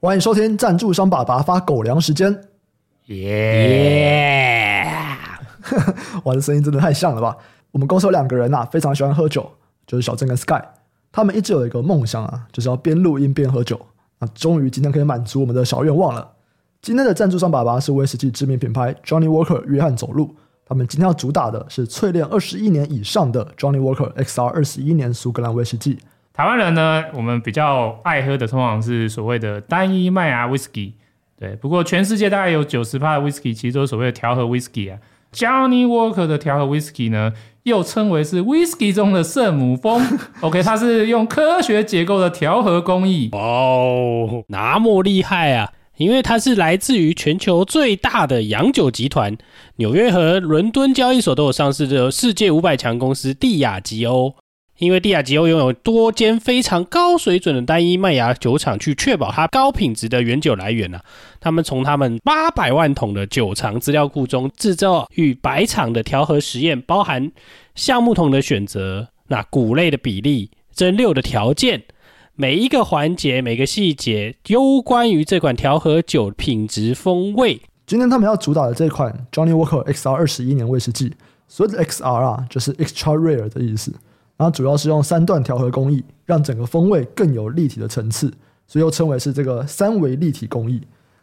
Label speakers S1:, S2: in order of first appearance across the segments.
S1: 欢迎收听赞助商爸爸发狗粮时间。
S2: 耶！
S1: 哇，这声音真的太像了吧！我们公司有两个人呐、啊非常喜欢喝酒，就是小郑跟 Sky。他们一直有一个梦想啊，就是要边录音边喝酒。那终于今天可以满足我们的小愿望了。今天的赞助商爸爸是威士忌知名品牌 Johnny Walker 约翰走路。他们今天要主打的是淬炼二十一年以上的 Johnny Walker XR 二十一年苏格兰威士忌。
S2: 台湾人呢，我们比较爱喝的通常是所谓的单一麦芽 whisky，对。不过全世界大概有九十趴的 whisky 其实都是所谓的调和 whisky 啊。Johnny Walker 的调和 whisky 呢，又称为是 whisky 中的圣母峰。OK，它是用科学结构的调和工艺，
S3: 哦，那么厉害啊！因为它是来自于全球最大的洋酒集团，纽约和伦敦交易所都有上市的世界五百强公司蒂亚吉欧。因为蒂亚吉欧拥有多间非常高水准的单一麦芽酒厂，去确保它高品质的原酒来源啊。他们从他们八百万桶的酒藏资料库中制造与白厂的调和实验，包含橡木桶的选择、那谷类的比例、蒸馏的条件、每一个环节、每个细节，攸关于这款调和酒品质、风味。
S1: 今天他们要主打的这款 Johnny Walker XR 二十一年威士忌，所谓的 XR 啊，就是 extra rare 的意思。然后主要是用三段调和工艺，让整个风味更有立体的层次，所以又称为是这个三维立体工艺。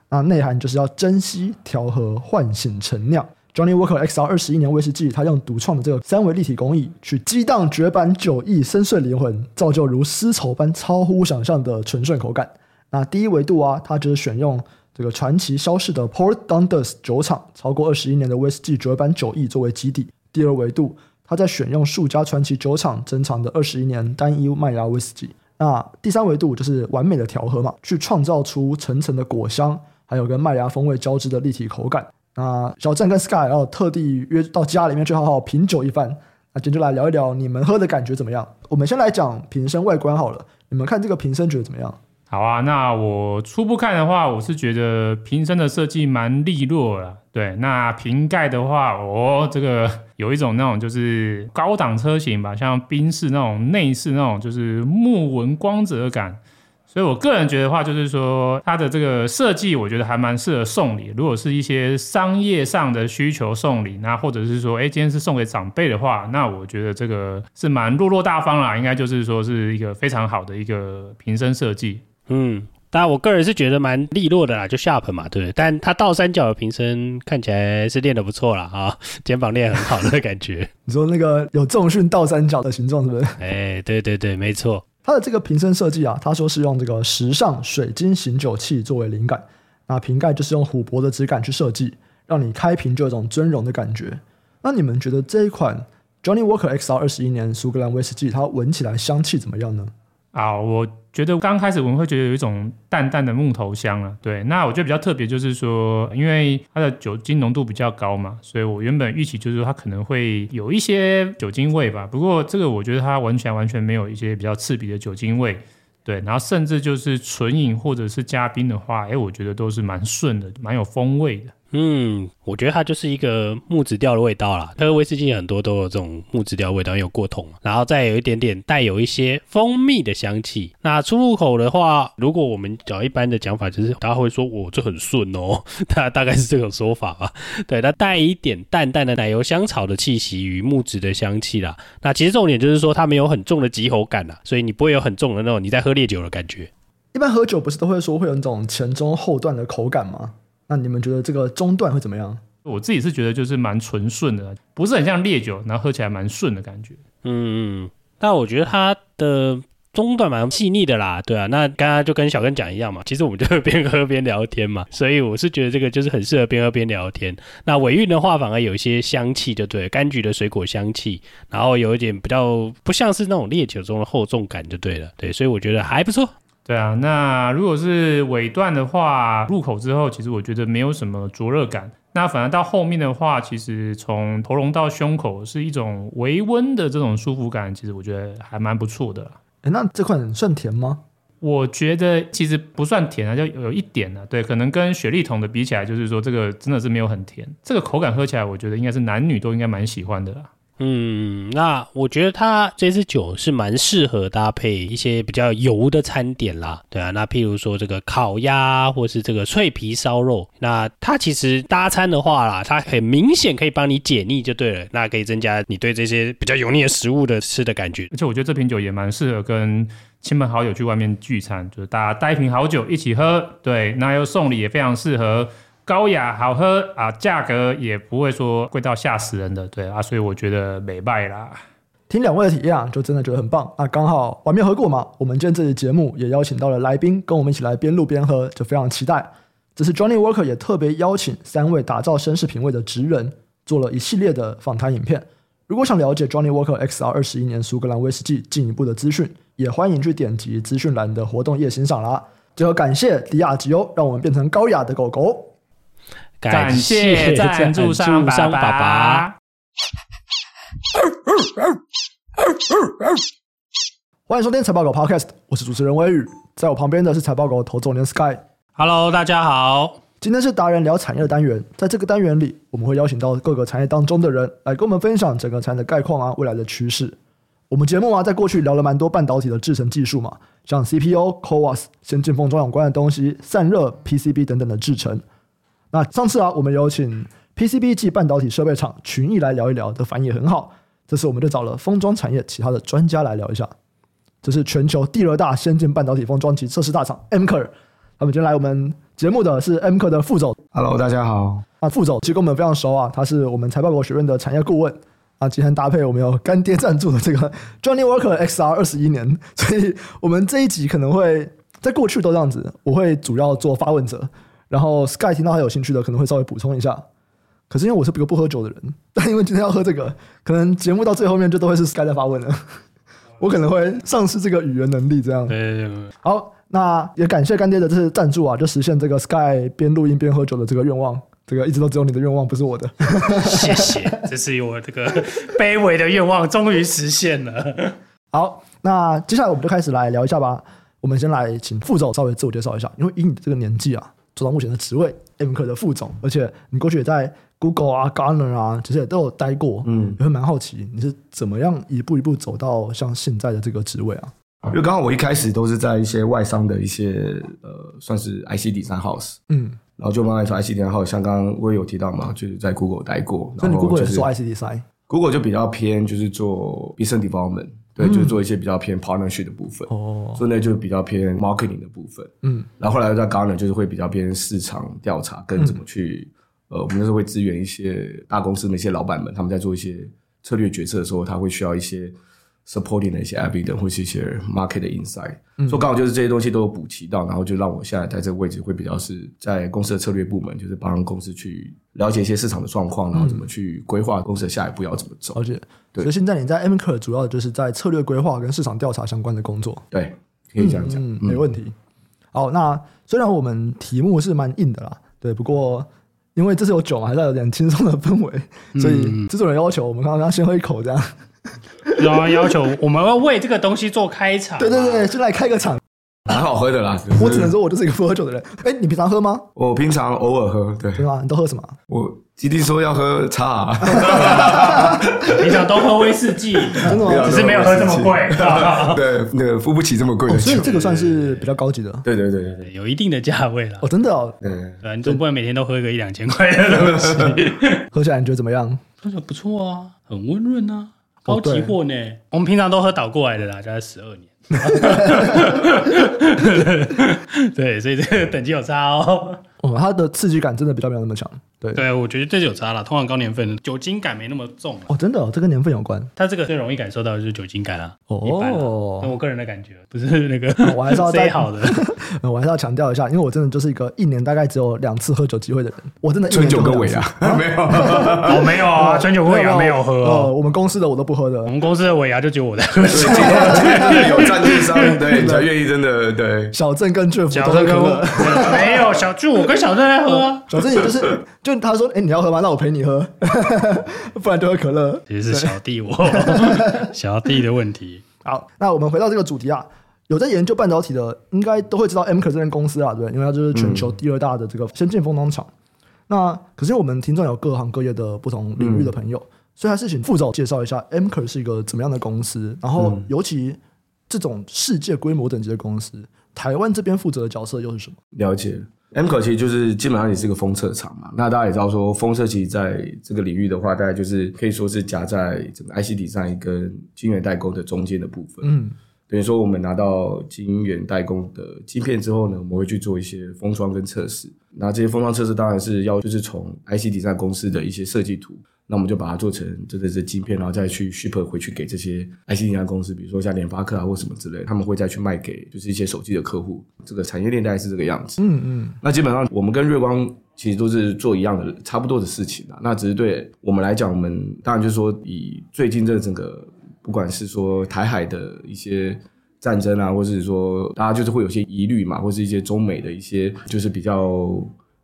S1: 那内涵就是要珍惜、调和、唤醒陈酿。Johnny Walker XR 二十一年威士忌，它用独创的这个三维立体工艺，去激荡绝版酒意，深邃灵魂，造就如丝绸般超乎想象的醇顺口感。那第一维度啊，它就是选用这个传奇消逝的 Port Dundas 酒厂超过二十一年的威士忌绝版酒艺作为基底。第二维度，它在选用数家传奇酒厂珍藏的二十一年单一麦芽威士忌。那第三维度就是完美的调和嘛，去创造出层层的果香，还有跟麦芽风味交织的立体口感。那小郑跟 Sky 然后特地约到家里面去好好品酒一番。那今天就来聊一聊你们喝的感觉怎么样？我们先来讲瓶身外观好了，你们看这个瓶身觉得怎么样？
S2: 好啊，那我初步看的话，我是觉得瓶身的设计蛮利落了。对，那瓶盖的话，哦，这个有一种那种就是高档车型吧，像宾士那种内饰那种，就是木纹光泽感。所以我个人觉得话，就是说它的这个设计，我觉得还蛮适合送礼。如果是一些商业上的需求送礼，那或者是说，哎，今天是送给长辈的话，那我觉得这个是蛮落落大方啦，应该就是说是一个非常好的一个瓶身设计。
S3: 嗯，当然我个人是觉得蛮利落的啦，就下盆嘛，对不对？但它倒三角的瓶身看起来是练得不错啦，啊， 肩膀练得很好的感觉。
S1: 你说那个有重训倒三角的形状是不是？
S3: 哎，对对对，没错。
S1: 它的这个瓶身设计啊，他说是用这个时尚水晶醒酒器作为灵感，那瓶盖就是用琥珀的质感去设计，让你开瓶就有一种尊荣的感觉。那你们觉得这一款 Johnny Walker XR 二十一年苏格兰威士忌，它闻起来香气怎么样呢？
S2: 啊，我觉得刚开始我们会觉得有一种淡淡的木头香啊。对，那我觉得比较特别就是说，因为它的酒精浓度比较高嘛，所以我原本预期就是说它可能会有一些酒精味吧。不过这个我觉得它完全完全没有一些比较刺鼻的酒精味。对，然后甚至就是纯饮或者是加冰的话，哎，我觉得都是蛮顺的，蛮有风味的。
S3: 嗯，我觉得它就是一个木质调的味道啦。喝威士忌很多都有这种木质调味道，因为有过桶嘛，然后再有一点点带有一些蜂蜜的香气。那出入口的话，如果我们讲一般的讲法，就是大家会说我、这很顺哦， 大大概是这种说法吧。对，它带一点淡淡的奶油香草的气息与木质的香气啦。那其实重点就是说它没有很重的急喉感啦，所以你不会有很重的那种你在喝烈酒的感觉。
S1: 一般喝酒不是都会说会有那种前中后段的口感吗？那你们觉得这个中段会怎么样？
S2: 我自己是觉得就是蛮纯顺的，不是很像烈酒，然后喝起来蛮顺的感觉。
S3: 嗯，但我觉得它的中段蛮细腻的啦，对啊。那刚刚就跟小根讲一样嘛，其实我们就会边喝边聊天嘛， 所以我是觉得这个就是很适合边喝边聊天。那尾韵的话，反而有一些香气，就对了，柑橘的水果香气，然后有一点比较不像是那种烈酒中的厚重感，就对了，对，所以我觉得还不错。
S2: 对啊，那如果是尾段的话，入口之后其实我觉得没有什么灼热感。那反而到后面的话，其实从喉咙到胸口是一种微温的这种舒服感，其实我觉得还蛮不错的啦。
S1: 诶那这款算甜吗？
S2: 我觉得其实不算甜啊，就有一点啊，对，可能跟雪莉桶的比起来，就是说这个真的是没有很甜，这个口感喝起来，我觉得应该是男女都应该蛮喜欢的啦。
S4: 嗯，那我觉得它这支酒是蛮适合搭配一些比较油的餐点啦，对啊，那譬如说这个烤鸭或是这个脆皮烧肉，那它其实搭餐的话啦，它很明显可以帮你解腻就对了，那可以增加你对这些比较油腻的食物的吃的感觉。
S2: 而且我觉得这瓶酒也蛮适合跟亲朋好友去外面聚餐，就是大家带一瓶好酒一起喝。对，那又送礼也非常适合，高雅好喝啊，价格也不会说贵到吓死人的。对啊，所以我觉得美败啦。
S1: 听两位的体验啊，就真的觉得很棒啊！刚好我还没有喝过嘛，我们今天这期节目也邀请到了来宾，跟我们一起来边录边喝，就非常期待。这次 Johnny Walker 也特别邀请三位打造绅士品味的职人，做了一系列的访谈影片。如果想了解 Johnny Walker XR 二十一年苏格兰威士忌进一步的资讯，也欢迎去点击资讯栏的活动页欣赏啦。最后感谢迪亚吉欧，让我们变成高雅的狗狗。
S2: 感谢赞助商
S4: 爸
S2: 爸爸。
S1: 欢迎收听财报狗 Podcast，我是主持人微雨，在我旁边的是财报狗头总监 Sky。
S4: Hello，大家好。
S1: 今天是达人聊产业的单元，在这个单元里，我们会邀请到各个产业当中的人来跟我们分享整个产业的概况啊，未来的趋势。我们节目啊，在过去聊了蛮多半导体的制成技术嘛，像 CPU、CoWAS、先进封装有关的东西、散热、PCB 等等的制成。那上次啊，我们有请 PCB 及半导体设备厂群益来聊一聊，这反应也很好。这次我们就找了封装产业其他的专家来聊一下。这是全球第二大先进半导体封装及测试大厂 Mker，他们今天来我们节目的是 Mker 的副总
S5: Hello，大家好。
S1: 啊，副总其实跟我们非常熟啊，他是我们财报狗学院的产业顾问啊。今天搭配我们有干爹赞助的这个 Johnny Walker XR 二十一年， 所以我们这一集可能会在过去都这样子，我会主要做发问者，然后 Sky 听到他有兴趣的可能会稍微补充一下。可是因为我是一个不喝酒的人，但因为今天要喝这个，可能节目到最后面就都会是 Sky 在发问了， 我可能会丧失这个语言能力这样。
S4: 对对对
S1: 好，那也感谢干爹的这次赞助啊，就实现这个 Sky 边录音边喝酒的这个愿望。这个一直都只有你的愿望，不是我的。
S4: 谢谢，这是我这个 卑微的愿望终于实现了。
S1: 好，那接下来我们就开始来聊一下吧。我们先来请副总稍微自我介绍一下，因为以你这个年纪啊，做到目前的职位，M 科的副总，而且你过去也在 Google 啊、Gartner 啊，其实也都有待过，
S5: 嗯，
S1: 也会蛮好奇你是怎么样一步一步走到像现在的这个职位啊？
S5: 因为刚好我一开始都是在一些外商的一些呃，算是 IC 第三 house，
S1: 嗯，
S5: 然后就慢慢从 IC 第三 house，像刚刚我也有提到嘛，就是在 Google 待过，
S1: 所以
S5: 然
S1: 你
S5: 后
S1: Google
S5: 就
S1: 也是
S5: 是
S1: 做 IC design，
S5: Google 就比较偏就是做 business development，对，
S1: 嗯
S5: 就是做一些比较偏 partnership 的部分，
S1: 哦，
S5: 所以呢就比较偏 marketing 的部分。
S1: 嗯，
S5: 然后后来又在 Gartner 就是会比较偏市场调查跟
S1: 嗯
S5: 怎么去，呃，我们就是会支援一些大公司的一些老板们，他们在做一些策略决策的时候，他会需要一些 supporting 的一些 evidence 或是一些 market 的 insight。所以
S1: 嗯
S5: 刚好就是这些东西都有补齐到，然后就让我现在在这个位置会比较是在公司的策略部门，就是帮公司去了解一些市场的状况，然后
S1: 嗯
S5: 怎么去规划公司的下一步要怎么走。
S1: 了解。
S5: 对
S1: 所以现在你在 M 科主要就是在策略规划跟市场调查相关的工作。
S5: 对，可以这样讲。
S1: 嗯，没问题。好，那虽然我们题目是蛮硬的啦，对，不过因为这是有酒嘛，还是要有点轻松的氛
S5: 嗯
S1: 围，所以制作人要求我们刚刚先喝一口这样。
S4: 然后啊要求我们要为这个东西做开场。
S1: 对对对，先来开个场。
S5: 蛮好喝的啦。
S1: 我只能说我就是一个不喝酒的人。哎，你平常喝吗？
S5: 我平常偶尔喝，对
S1: 对吗？你都喝什么？啊
S5: 我一定说要喝茶、啊
S4: 平常都喝威士忌，
S1: 真的吗？
S5: 对啊
S4: 只 是没有喝这么贵。
S5: 对，那个付不起这么贵的
S1: 哦所以
S5: 酒。
S1: 这个算是比较高级的
S5: 对对对对对
S4: 有一定的价位了
S1: 哦，。真的哦，
S5: 对，
S4: 对啊，你总不能每天都喝个一两千块的东 西。
S1: 喝起来你觉得怎么样？
S4: 这个不错啊，很温润啊，
S1: 哦
S4: 高级货呢。我们平常都喝倒过来的啦，大概十二年。 对，所以这个等级有差哦。
S1: 哦，它的刺激感真的比较没有那么强。对，
S4: 对，啊我觉得这就有差了。通常高年份酒精感没那么重啊，
S1: 哦，真的哦，这跟年份有关。
S4: 它这个最容易感受到的就是酒精感啊。
S1: 哦
S4: 一般啊那我个人的感觉不是那个
S1: 我还是要再
S4: 塞好的。
S1: 呃我还是要强调一下，因为我真的就是一个一年大概只有两次喝酒机会的人，我真的一
S5: 春
S1: 年就
S5: 酒
S1: 喝
S5: 跟
S1: 两
S5: 尾啊
S1: 次
S5: 牙没有，
S2: 哦
S4: 我没有啊，春酒尾牙没有喝
S1: 呃，
S4: 哦。嗯
S1: 我们公司的我都不喝的
S4: 我。们公司的尾牙就只有我在喝酒
S5: 对，今天今天有赞助商，对，你才愿意真的对。
S1: 小郑跟 Jeff
S4: 小
S1: 都喝
S4: 郑
S1: 可
S4: 跟我
S1: 乐，
S4: 没有小就我跟小郑在喝啊。
S1: 小郑也就是，就他说，哎、你要喝吗？那我陪你喝， 不然就喝可乐。
S4: 其实是小弟我小弟的问题。
S1: 好，那我们回到这个主题啊，有在研究半导体的，应该都会知道 M 可这间公司啊，对，因为它就是全球第二大的这个先进封装厂。那可是因为我们听众有各行各业的不同领域的朋友，所以还是请副总介绍一下 Amker 是一个怎么样的公司，然后尤其这种世界规模等级的公司，台湾这边负责的角色又是什么？
S5: 了解。M 口其实就是基本上也是一个封测厂嘛，那大家也知道说封测其实在这个领域的话，大概就是可以说是夹在整个 IC 底上跟晶圆代工的中间的部分。
S1: 嗯，
S5: 等于说我们拿到晶圆代工的晶片之后呢，我们会去做一些封装跟测试。那这些封装测试当然是要就是从 IC 底上公司的一些设计图，那我们就把它做成真的是晶片，然后再去 ship 回去给这些 IC 底上公司，比如说像联发科啊或什么之类的，他们会再去卖给就是一些手机的客户。这个产业链大概是这个样子。
S1: 嗯嗯，
S5: 那基本上我们跟月光其实都是做一样的、差不多的事情啊。那只是对我们来讲，我们当然就是说，以最近这整个，不管是说台海的一些战争啊，或者是说大家就是会有些疑虑嘛，或是一些中美的一些就是比较。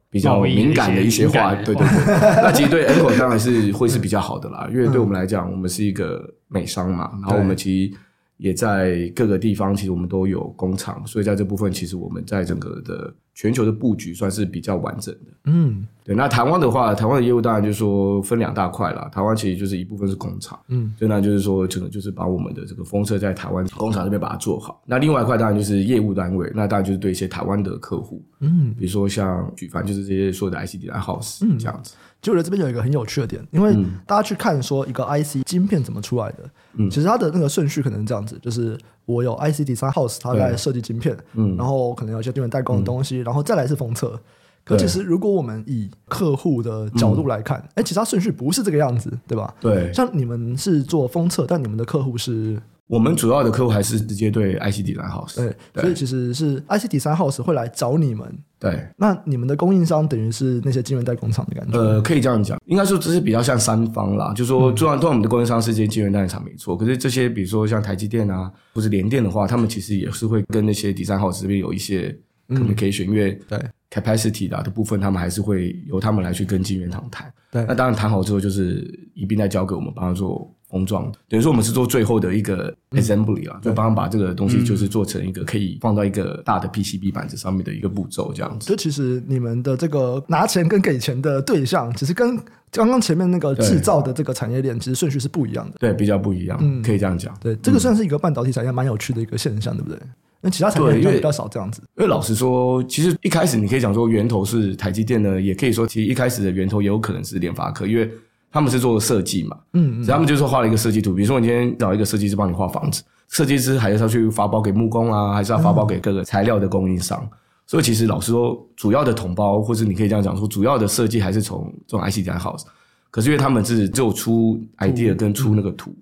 S5: 比较
S2: 贸易的一些
S5: 敏感的一些
S2: 敏
S5: 话，
S2: 感的
S5: 对对对。 那其 实对 N 口当然是会是比较好的
S1: 嗯
S5: 啦，因为对我们来讲，我们是一个美商嘛，然后我们其实也在各个地方，其实我们都有工厂，所以在这部分，其实我们在整个的全球的布局算是比较完整的。
S1: 嗯
S5: 对，那台湾的话，台湾的业务当然就是说分两大块啦。台湾其实就是一部分是工厂，
S1: 嗯，
S5: 所以那就是说，可能就是把我们的这个风车在台湾工厂这边把它做好。那另外一块当然就是业务单位，那当然就是对一些台湾的客户，
S1: 嗯，
S5: 比如说像举凡就是这些所有的 IC d 的 house、这样子。
S1: 就我觉得这边有一个很有趣的点，因为
S5: 嗯
S1: 大家去看说一个 IC 晶片怎么出来的，其实它的那个顺序可能是这样子，就是我有 IC design house，它在设计晶片，
S5: 嗯
S1: 然后可能有一些晶圆代工的东西，然后再来是封测。可其实如果我们以客户的角度来看，哎、其实它顺序不是这个样子，对吧？
S5: 嗯对，
S1: 像你们是做封测，但你们的客户是
S5: 我们主要的客户还是直接对 IC d 的 house。
S1: 对，
S5: 对
S1: 所以其实是 IC design house 会来找你们，
S5: 对，
S1: 那你们的供应商等于是那些晶圆代工厂的感觉。
S5: 呃，可以这样讲，应该说这是比较像三方啦，就
S1: 嗯
S5: 说虽然虽然我们的供应商是这些晶圆代理厂没错，可是这些比如说像台积电啊，或是联电的话，他们其实也是会跟那些第三号这边有一些 communication，、因为
S1: 嗯对
S5: capacity 的、的部分，他们还是会由他们来去跟晶圆厂谈。
S1: 对
S5: 那当然谈好之后，就是一并再交给我们帮他做封装，等于说我们是做最后的一个
S1: 嗯
S5: assembly 啊，就帮他把这个东西就是做成一个可以放到一个大的 PCB 板子上面的一个步骤这样子。
S1: 就其实你们的这个拿钱跟给钱的对象，其实跟刚刚前面那个制造的这个产业链，其实顺序是不一样的。
S5: 对，比较不一样，
S1: 嗯
S5: 可以这样讲。
S1: 对，这个算是一个半导体产业蛮有趣的一个现象，对不对？那其他产业
S5: 对
S1: 好像
S5: 因为
S1: 比较少这样子。
S5: 因为老实说，其实一开始你可以讲说源头是台积电呢，也可以说其实一开始的源头也有可能是联发科，因为他们是做设计嘛，
S1: 嗯，
S5: 所以他们就是画了一个设计图。比如说，你今天找一个设计师帮你画房子，设计师还是要去发包给木工啊，还是要发
S1: 嗯
S5: 包给各个材料的供应商。所以其实老实说，主要的统包，或是你可以这样讲说，主要的设计还是从这种 IC 展 house。可是因为他们是只有出 idea 跟出那个图，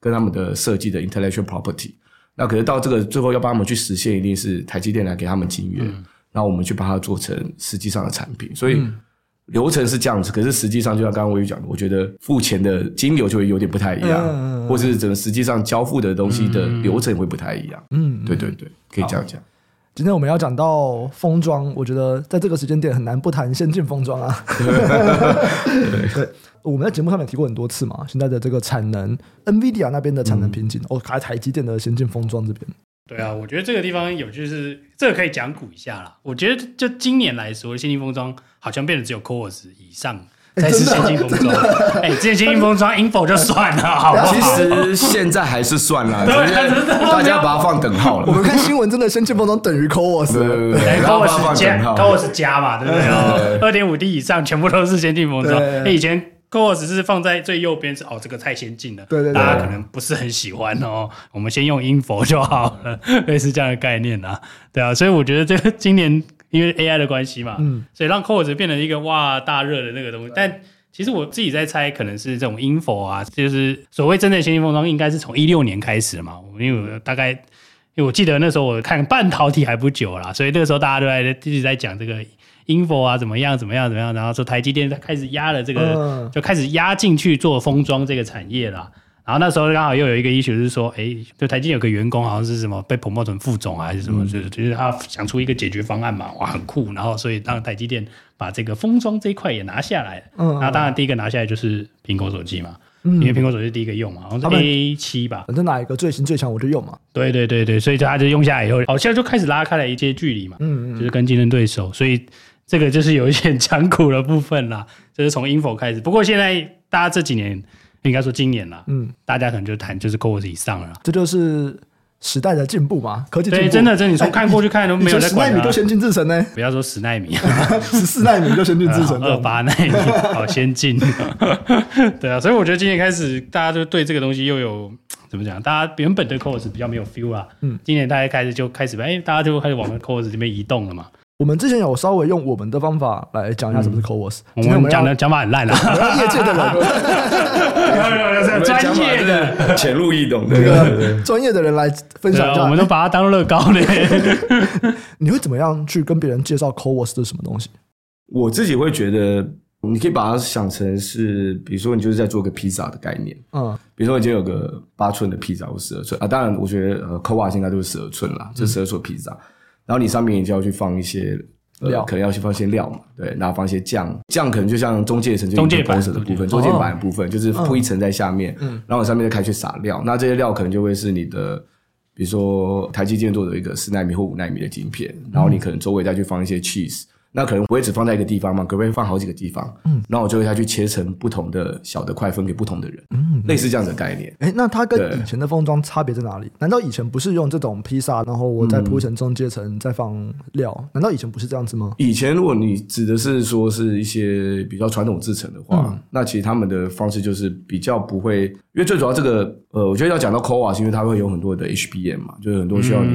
S5: 跟他们的设计的 intellectual property。那可是到这个最后要帮他们去实现，一定是台积电来给他们金源，
S1: 嗯
S5: 然后我们去把它做成实际上的产品。所以流程是这样子，可是实际上就像刚刚我宇讲的，我觉得付钱的金流就会有点不太一样，
S1: 嗯嗯嗯
S5: 或是整个实际上交付的东西的流程会不太一样。
S1: 嗯，
S5: 对对对，可以这样讲。
S1: 今天我们要讲到封装，我觉得在这个时间点很难不谈先进封装 啊。对， 我们在节目上面提过很多次嘛，现在的这个产能，NVIDIA 那边的
S5: 嗯
S1: 产能瓶颈，哦，卡在台积电的先进封装这 边。
S3: 对啊，我觉得这个地方有趣是，这个可以讲古一下啦。我觉得就今年来说，先进封装好像变得只有 Coors 以上才是先
S1: 啊
S3: 进封装。哎、之前先进封装 Info 就算了，好不 好？
S5: 哦其实现在还是算了，只是大家把它放等号
S1: 我
S5: 了。
S1: 们看新闻，真的先进封装等于 CoWoS
S5: 对
S1: 了。
S5: 对对对，
S3: 哎
S5: 然后把它放
S3: ，Coors 加
S5: 等号。
S3: ，Coors 加嘛，对不对？二点五 D 以上全部都是先进封装。
S1: 对
S3: 哎，以前 Coors 是放在最右边，是哦，这个太先进了，
S1: 对对对
S3: 大家可能不是很喜欢哦。我们先用 Info 就好了， 类似这样的概念啊，对啊。所以我觉得这个今年因为 AI 的关系嘛，
S1: 嗯
S3: 所以让 Coors 变成一个哇大热的那个东西，但。其实我自己在猜，可能是这种 info 啊，就是所谓真正的先进封装，应该是从一六年开始嘛。我因为我大概因为我记得那时候我看半导体还不久啦，所以那个时候大家都在一直在讲这个 info 啊，怎么样怎么样怎么样，然后说台积电开始压了这个，
S1: 嗯
S3: 就开始压进去做封装这个产业啦。然后那时候刚好又有一个 issue 是说，哎，就台积电有个员工好像是什么被捧爆成副总啊，还是什
S1: 嗯
S3: 么，就是就是他想出一个解决方案嘛，哇，很酷。然后所以让台积电把这个封装这一块也拿下来了。
S1: 嗯
S3: 那当然第一个拿下来就是苹果手机嘛，因为苹果手机第一个用嘛，好
S1: 他
S3: 像是
S1: 们
S3: A 七吧，
S1: 反正哪一个最新最强我就用嘛。
S3: 对对对对，所以他就用下来以后，好像就开始拉开了一些距离嘛，
S1: 嗯嗯，
S3: 就是跟竞争对手，所以这 个就是有一点讲苦的部分啦，就是从 info 开始。不过现在大家这几年应该说今年啦，
S1: 嗯，
S3: 大家可能就谈就是 g o s 以上了啦。
S1: 这就是时代的进步嘛，科技进步。哎
S3: 对，真的，真的，你从看过去看都
S1: 你
S3: 没有
S1: 从
S3: 在
S1: 十纳
S3: 管
S1: 米
S3: 它
S1: 都。先进制程呢，
S3: 不要说十纳米，啊
S1: 十四纳米就先进制 程，
S3: 二八纳米，好先进。对啊，所 以我觉得今年开始，大家就对这个东西又有怎么讲？大家原本对 cos 比较没有 feel 啦，
S1: 嗯，
S3: 今年大家开始就开始，哎，大家就开始往 cos 这边移动了嘛。
S1: 我们之前有稍微用我们的方法来讲一下什么是 CoWoS，、
S3: 嗯我
S1: 今天
S3: 们
S1: 要
S3: 讲的讲法很烂啦，
S1: 我要业界的 人，
S3: 专业的。
S5: 浅入易懂，
S1: 这
S5: 对对对。
S1: 个专业的人来分
S3: 对
S1: 享一
S3: 啊，
S1: 下，
S3: 我们都把它当乐高嘞。
S1: 你会怎么样去跟别人介绍 CoWoS 是什么东西？
S5: 我自己会觉得，你可以把它想成是，比如说你就是在做个披萨的概念。
S1: 嗯，
S5: 比如说，已经有个八寸的披萨或十二寸啊，当然，我觉得呃 c o a 现在都是十二寸啦，这十二寸披萨，然后你上面你就要去放一些呃
S1: 料
S5: 可能要去放一些料嘛，对，然后放一些酱，酱可能就像中介层就
S3: 中介版
S5: poster 的部分，
S1: 中
S5: 中
S1: 介
S5: 介
S1: 版
S5: 版的部分就是铺一层在下面，
S1: 嗯
S5: 然后你上面再开始撒料，那这些料可能就会是你的。比如说台积电做的一个四纳米或五纳米的晶片，然后你可能周围再去放一些 cheese，、那可能不会只放在一个地方嘛，可不可以放好几个地方？嗯，然后我就会再去切成不同的小的块，分给不同的人，嗯，类似这样子的概念。
S1: 哎，那它跟
S5: 对
S1: 以前的封装差别在哪里？难道以前不是用这种披萨，然后我再铺一
S5: 嗯
S1: 层中介层，再放料？难道以前不是这样子吗？
S5: 以前如果你指的是说是一些比较传统制成的话，那其实他们的方式就是比较不会，因为最主要这个呃，我觉得要讲到 COA 是因为它会有很多的 HBM 嘛，就是很多需要你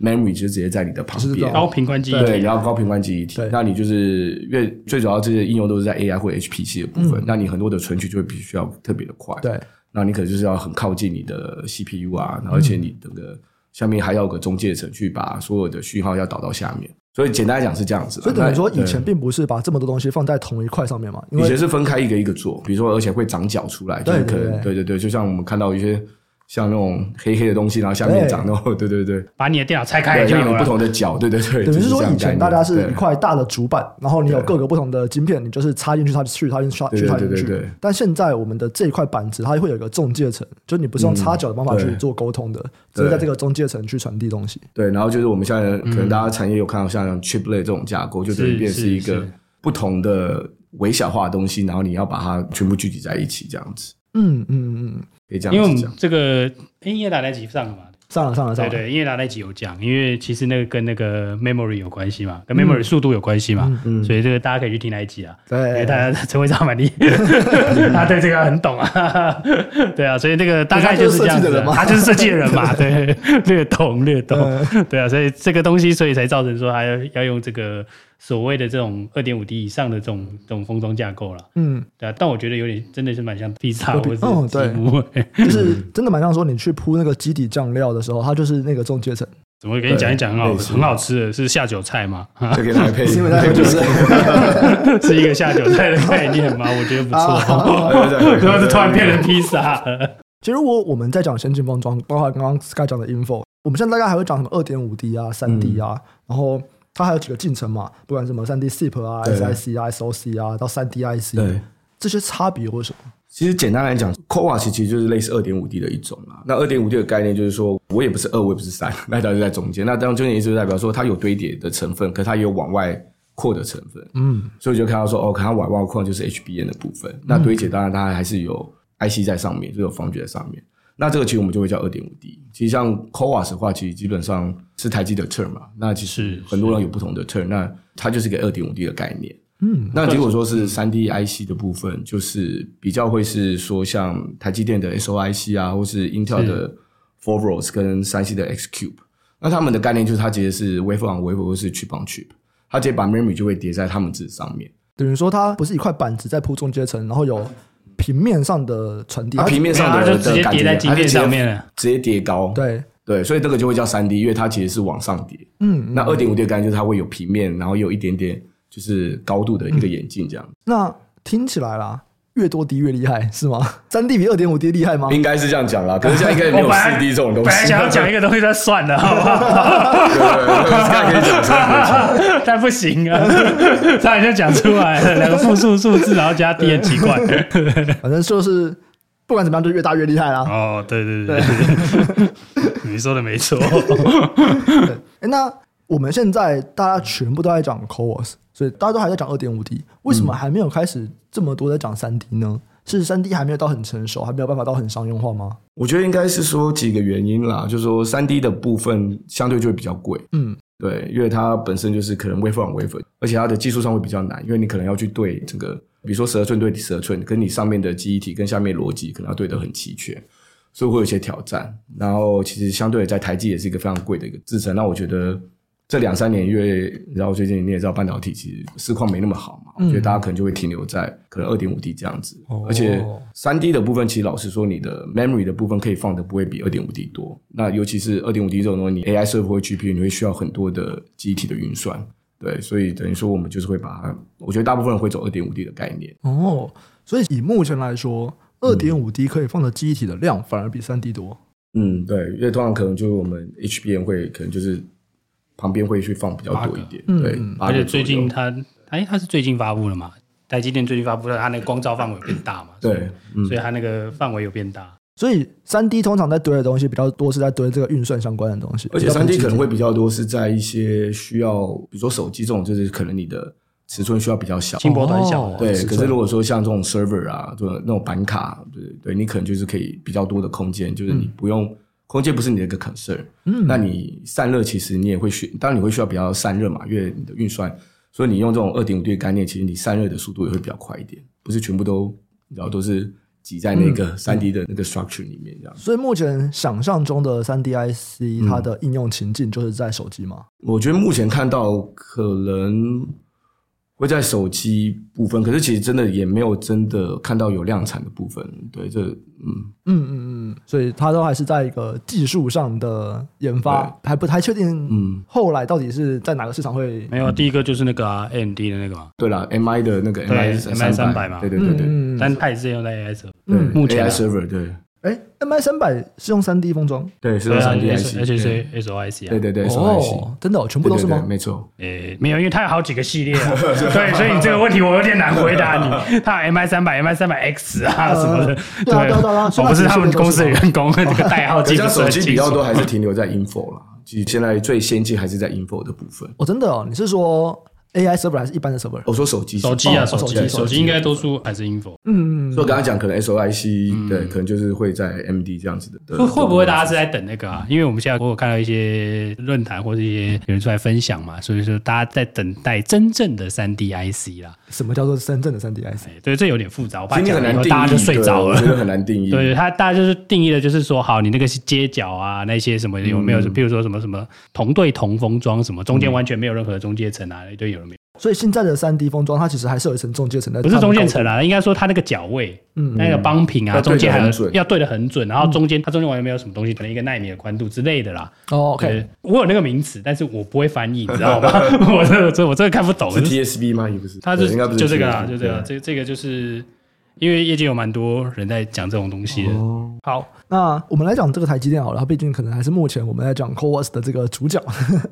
S5: memory 就直接在你的旁
S1: 是的
S5: 边，
S3: 高频关机一
S5: 对，
S3: 体
S5: 你要高频宽记忆体
S1: 对，
S5: 那你就是因为最主要这些应用都是在 AI 或 HPC 的部分，那你很多的存取就会必须要特别的快，
S1: 对，
S5: 那你可能就是要很靠近你的 CPU 啊，然后而
S1: 嗯
S5: 且你整个下面还要有个中介层去把所有的讯号要导到下面，所以简单来讲是这样子啦。
S1: 所以等于说
S5: 啊那
S1: 以前并不是把这么多东西放在同一块上面嘛？因
S5: 以前
S1: 为
S5: 是分开一个一个做，比如说而且会长角出来，就
S1: 对
S5: 是可
S1: 对
S5: 能
S1: 对
S5: 对对对，就像我们看到一些像那种黑黑的东西，然后下面
S1: 对
S5: 长那种， 对对对，
S3: 把你的电脑拆开
S5: 对，
S3: 就
S5: 就
S3: 有
S5: 有不
S3: 了。
S5: 同的角，对对对，
S1: 啊等于
S5: 就是
S1: 说
S5: 这样
S1: 以
S5: 概
S1: 前
S5: 念
S1: 大家是
S5: 对
S1: 一块大的主板，然后你有各个不同的晶片，你就是插进去插进去，插进去插进去，
S5: 对
S1: 插进
S5: 对对对
S1: 去
S5: 对。
S1: 但现在我们的这一块板子，它会有一个中介层，就是你不是用插脚的方法
S5: 嗯
S1: 去
S5: 对
S1: 做沟通的，只是在这个中介层去传递东西。
S5: 对，然后就是我们现
S1: 嗯
S5: 在可能大家产业有看到像 chiplet 这种架构，就等于变是一
S3: 是
S5: 个
S3: 是
S5: 不同的微小化的东西，然后你要把它全部聚集在一起，这样子
S1: 嗯嗯嗯，
S5: 可以这
S3: 因为我
S5: 样子
S3: 们
S5: 讲。
S3: 这个哎音乐打那集上了嘛，
S1: 上了上了上
S3: 对
S1: 了。
S3: 对，因为达那集有讲，因为其实那个跟那个 memory 有关系嘛，跟 memory 速度有关系嘛，所以这个大家可以去听那一集啊。因
S1: 对，
S3: 为他陈会长蛮厉害，他对这个很懂啊， 对啊，所以这个大概就是这样子啊，他就是设计的人嘛，对，略懂略懂，对啊，所以这个东西，所以才造成说还要要用这个所谓的这种二点五 D 以上的这种这种封装架构了，
S1: 嗯，
S3: 对啊，但我觉得有点真的是蛮像披萨或者
S1: 哦
S3: 是积
S1: 对
S3: 木，欸
S1: 就是真的蛮像说你去铺那个基底酱料的时候，它就是那个中介层。
S3: 怎么给你讲一讲很好
S5: 类似
S3: 很好吃的是下酒菜吗？
S5: 这个来配，
S1: 因为大家
S5: 配
S1: 就是
S3: 是一个下酒菜的概念吗？我觉得不
S1: 啊
S3: 错。然后就突然变成披萨了，
S1: 其实如果我们在讲先进封装，包括刚刚 Sky 讲的 info，我们现在大概还会讲什么二点五 D 啊、三 D
S5: 嗯
S1: 啊，然后它还有几个进程嘛，不管什么三 D SIP 啊、
S5: 对
S1: SIC 啊、SOC 啊，到三 D IC，
S5: 对。
S1: 这些差别为什么？
S5: 其实简单来讲 c o a 其实就是类似二点五 D 的一种啦。那二点五 D 的概念就是说，我也不是二，我也不是三， 那它就在中间。那当然中间意思就代表说，它有堆叠的成分，可它也有往外扩的成分。
S1: 嗯，
S5: 所以我就看到说，哦，可它往外扩就是 HBN 的部
S3: 嗯
S5: 分。那堆叠当然它还是有 IC 在上面，就有防觉在上面。那这个其实我们就会叫二点五 D。其实像 c o a 的话，其实基本上是台积的 term 嘛。那其
S3: 是
S5: 实
S3: 是
S5: 很多人有不同的 term，那它就是一个二点五 D 的概念。
S1: 嗯，
S5: 那结果说是三 D IC 的部分，就是比较会是说像台积电的 SOIC 啊，或是 Intel 的 f o r r o s 跟三 C 的 X Cube，那他们的概念就是它直接是 wafer on wafer 或是 chip on chip，它直接把 memory 就会叠在他们自己上面。
S1: 等于说它不是一块板子在铺中阶层，然后有平面上的传递，
S5: 它嗯啊平面上
S3: 啊它就
S5: 的
S3: 直接
S5: 的感觉
S3: 叠在晶
S5: 它就
S3: 片
S5: 直接
S3: 上面了。
S5: 直接叠高。
S1: 对，
S5: 对，所以这个就会叫三 D，因为它其实是往上叠。
S1: 嗯，
S5: 那二点五 D 的概念就是它会有平面，然后有一点点就是高度的一个眼镜这样。
S3: 嗯
S1: 那听起来啦，越多 D 越厉害是吗？三 D 比二点五 D 厉害吗？
S5: 应该是这样讲啦，可是现在应该也没有
S3: 我本来
S5: 四 D 这种东西。
S3: 本来想要讲一个东西，但算了，好不 好？
S5: 对，对对现在可以讲，现在可以讲。
S3: 但不行啊，差点就讲出来了，两个复数数字，然后加 d 很奇 怪。
S1: 反正就是不管怎么样，就越大越厉害啦。
S3: 哦，对对对对，你说的没错。
S1: 诶那我们现在大家全部都在讲 CoWoS，所以大家都还在讲二点五 D，为什么还没有开始这么多在讲三 D 呢？是三 D 还没有到很成熟，还没有办法到很商用化吗？
S5: 我觉得应该是说几个原因啦，就是说三 D 的部分相对就会比较贵，
S1: 嗯，
S5: 对，因为它本身就是可能 wafer on wafer，而且它的技术上会比较难，因为你可能要去对整个，比如说十二寸对十二寸，跟你上面的记忆体跟下面逻辑可能要对得很齐全，所以会有一些挑战。然后其实相对的在台积也是一个非常贵的一个制程，那我觉得。这两三年，因为然后最近你也知道，半导体其实市况没那么好嘛，我觉得大家可能就会停留在可能二点五 D 这样子，而且
S1: 哦
S5: 三 D 的部分，其实老实说，你的 memory 的部分可以放的不会比二点五 D 多。那尤其是二点五 D 这种东西，你 AI 设备或 GPU，你会需要很多的机体的运算。对，所以等于说我们就是会把它，我觉得大部分人会走二点五 D 的概念。
S1: 哦，所以以目前来说，二点五 D 可以放的记忆体的量反而比三 D 多。
S5: 嗯，对，因为通常可能就是我们 HBM 会可能就是旁边会去放比较多一点，
S1: 八个
S5: 对
S1: 嗯，
S5: 八
S3: 而
S5: 个
S3: 且最
S5: 左右
S3: 近它，哎，它是最近发布了嘛？ 台积电最近发布了，它那个光照范围变大嘛？
S5: 对，嗯
S3: 所以它那个范围有变大。
S1: 所以三 D 通常在堆的东西比较多，是在堆这个运算相关的东西，
S5: 而
S1: 比
S5: 且
S1: 较
S5: 三
S1: 不
S5: D
S1: 记忆
S5: 可能
S1: 体
S5: 会比较多是在一些需要，比如说手机这种，就是可能你的尺寸需要比较小。
S3: 轻薄短小啊
S1: 哦
S5: 对，
S1: 尺
S5: 可
S1: 寸
S5: 是如果说像这种 server 啊，这种那种板卡，对对，你可能就是可以比较多的空间，就是你不用、空间不是你的一个 concern，嗯，那你散热其实你也会需，当然你会需要比较散热嘛，因为你的运算，所以你用这种二点五 D 的概念，其实你散热的速度也会比较快一点，不是全部都然后都是挤在那个三 D 的那个 structure 里面这样。
S1: 所以目前想象中的三 D IC 它的应用情境就是在手机嘛，
S5: 我觉得目前看到可能会在手机部分，可是其实真的也没有真的看到有量产的部分。对，这嗯，
S1: 嗯嗯嗯，所以它都还是在一个技术上的研发，还不太确定，
S5: 嗯，
S1: 后来到底是在哪个市场会，
S3: 没有，第一个就是那个啊，AMD 的那个嘛，
S5: 对了，M I 的那个 M
S3: 对
S5: I
S3: 300
S5: 三
S3: 嘛
S5: 对对对对，
S1: 嗯嗯嗯
S3: 但它也是用在 AI 上。
S5: 对
S1: 嗯
S3: 目前
S5: AI
S3: 啊
S5: server 对
S1: 哎，MI 三百是用三 D 封装，
S5: 对是
S3: 对
S5: 用
S3: 啊
S5: 三 D I
S3: 而且
S5: C，
S3: 是 SOIC 啊。
S5: 对对对，是 I C，
S1: 哦，真的哦，全部都是吗？
S5: 没错，
S3: 诶，没有，因为它有好几个系列、 啊，对，所以你这个问题我有点难回答你。它有 MI 三百、MI 三百 X 啊什么的，
S1: 对啊对啊对啊所
S3: 我
S1: 以它
S3: 不
S1: 其
S3: 是
S1: 实
S3: 他们
S1: 都是
S3: 公司的员工，这个代号
S5: 可
S3: 记
S5: 是
S3: 不
S5: 像
S3: 是
S5: 手
S3: 很
S5: 机
S3: 清楚
S5: 比较多还是停留在 info 啦，其实现在最先进还是在 info 的部分。
S1: 哦，真的哦，你是说 AI server 还是一般的 server？
S5: 我说手机，
S3: 手机啊，
S1: 哦
S3: 手
S1: 手
S3: 机，
S1: 机
S3: 手机应该多数还是 Info。
S1: 嗯，嗯
S5: 所以我刚刚讲可能 SOIC，对，可能就是会在 MD 这样子的。的
S3: 嗯会会不会大家是在等那个啊？因为我们现在我有看到一些论坛或者一些有人出来分享嘛，所以说大家在等待真正的三 D IC 啦。
S1: 嗯什么叫做真正的三 D IC？
S3: 哎对，这有点复杂，我怕
S5: 今天
S3: 讲了
S5: 很
S3: 以
S5: 难
S3: 后
S5: 定义，
S3: 大家就睡着
S5: 对我觉得
S3: 了。
S5: 很难定义。
S3: 对，它大家就是定义的，就是说，好，你那个是接角啊，那些什么有没
S5: 嗯
S3: 有？譬如说什么什么同对同封装，什么中间完全没有任何中介层啊，一堆有人没有？
S1: 所以现在的三 D 封装它其实还是有一层中介层在，
S3: 不是中间层啊，应该说它那个角位，
S1: 嗯
S3: 那个帮平啊，
S5: 要对
S3: 中
S5: 得
S3: 间还
S5: 很
S3: 有
S5: 准嗯
S3: 要对的很准，然后中间它中间完全没有什么东西，可能一个纳米的宽度之类的啦。
S1: 哦，OK，
S3: 对，我有那个名词，但是我不会翻 译，你知道吗？ 我这这我这个看不懂。
S5: 是 TSB 吗？也不是，
S3: 它
S5: 对
S3: 是
S5: 应该不是
S3: 就这个
S5: TSB
S3: 啊，就这个，
S5: 对
S3: 这这个就是因为业界有蛮多人在讲这种东西的。
S5: 哦
S1: 好，那我们来讲这个台积电好了，它毕竟可能还是目前我们在讲 CoWoS 的这个主角。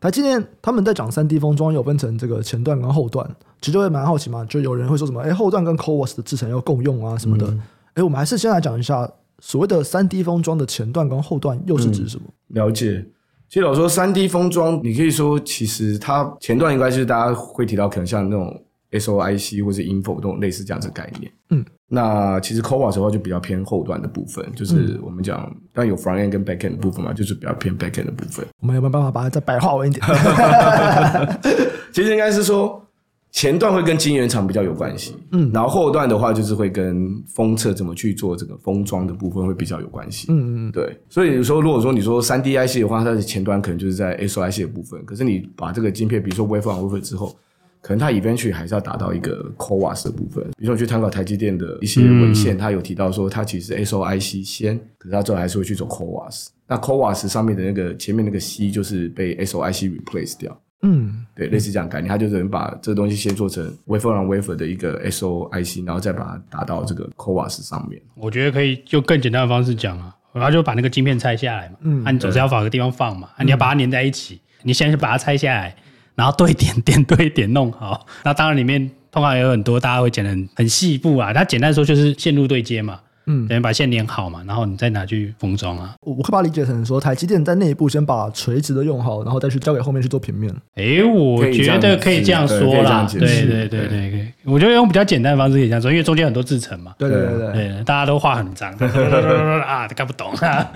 S1: 台积电他们在讲三 D 封装有分成这个前段跟后段，其实就会蛮好奇嘛，就有人会说什么，哎，后段跟 CoWoS 的制程要共用啊什么的。哎，我们还是先来讲一下所谓的三 D 封装的前段跟后段又是指什么？
S5: 了解。其实老实说三 D 封装，你可以说其实它前段应该就是大家会提到，可能像那种 SOIC 或是 Info 这种类似这样子的概念。
S1: 嗯，
S5: 那其实 CoWoS 的话就比较偏后段的部分，就是我们讲，但有 front end 跟 back end 的部分嘛，就是比较偏 back end 的部分。
S1: 我们有没有办法把它再白话文 一点？
S5: 其实应该是说前段会跟晶圆厂比较有关系，嗯，然后后段的话就是会跟封测怎么去做这个封装的部分会比较有关系，嗯嗯，对。所以你说，如果说你说三 D IC 的话，它的前端可能就是在 SOIC 的部分，可是你把这个晶片，比如说 Wafer on Wafer 之后。可能它 eventually 还是要达到一个 CoWAS 的部分，比如说你去参考台积电的一些文献，它有提到说它其实 SOIC 先，可是它最后还是会去走 CoWAS。那 CoWAS 上面的那个前面那个 C 就是被 SOIC replace 掉，
S1: 嗯，
S5: 对，类似这样的概念，它就等于把这个东西先做成 wafer on wafer 的一个 SOIC，然后再把它打到这个 CoWAS 上面。
S3: 我觉得可以用更简单的方式讲啊，然后就把那个晶片拆下来嘛，嗯，啊，你总是要找个地方放嘛，啊，你要把它粘在一起，你先是把它拆下来，然后对点 点对点弄好，那当然里面通常有很多大家会讲的很很细部啊，它简单说就是线路对接嘛，
S1: 嗯，
S3: 等于把线连好嘛，然后你再拿去封装啊。
S1: 我我可以把它理解成说，台积电在内部先把垂直的用好，然后再去交给后面去做平面。
S3: 诶，我觉得可以这样说啦，
S5: 可以
S3: 对
S5: 这样解释
S3: 对对对对，我觉得用比较简单的方式可以这样说，因为中间很多制程嘛，
S1: 对对对对，
S3: 对，大家都画很脏 啊，看不懂啊，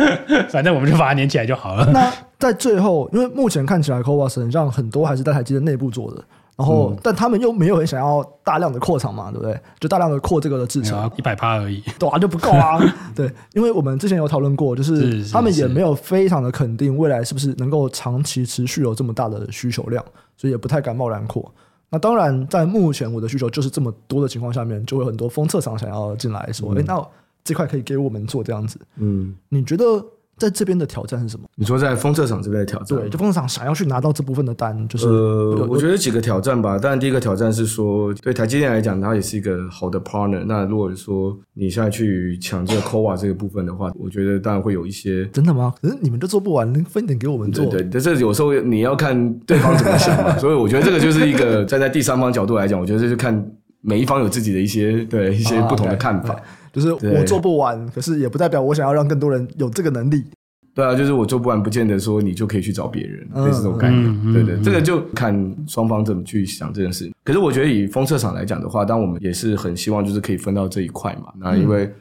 S3: 反正我们就把它粘起来就好 了。
S1: 那在最后，因为目前看起来 c o v a s 很像很多还是在台积电内部做的，然后、
S3: 嗯
S1: 但他们又没有很想要大量的扩厂嘛，对不对？就大量的扩这个的制程，
S3: 一百趴而已，
S1: 对啊，就不够 啊。对，因为我们之前有讨论过，就是
S3: 是是
S1: 他们也没有非常的肯定未来是不是能够长期持续有这么大的需求量，所以也不太敢贸然扩。那当然，在目前我的需求就是这么多的情况下面，就会有很多封测厂想要进来
S3: 嗯
S1: 说：“哎、那这块可以给我们做这样子。
S5: 嗯，”
S1: 你觉得在这边的挑战是什么？
S5: 你说在封测厂这边的挑战，
S1: 对，就封测厂想要去拿到这部分的单，就是、
S5: 嗯呃，我
S1: 得
S5: 觉得几个挑战吧。当然，第一个挑战是说，对台积电来讲，它也是一个好的 partner。那如果说你现在去抢这个 COA 这个部分的话，我觉得当然会有一些。
S1: 真的吗？可是你们就做不完，分点给我们做。
S5: 对对，但是有时候你要看对方怎么想 嘛，所以我觉得这个就是一个站在第三方角度来讲，我觉得这是看每一方有自己的一些对一些
S1: 啊
S5: 不同的
S1: 对
S5: 看法。
S1: 就是
S5: 对
S1: 我做不完，可是也不代表我想要让更多人有这个能力。
S5: 对啊，就是我做不完，不见得说你就可以去找别人，
S1: 嗯
S5: 类似这种概念。
S3: 嗯嗯
S5: 对对，
S3: 嗯
S5: 这个就看双方怎么去想这件事。可是我觉得以封测厂来讲的话，当然我们也是很希望就是可以分到这一块嘛。那因为、
S3: 嗯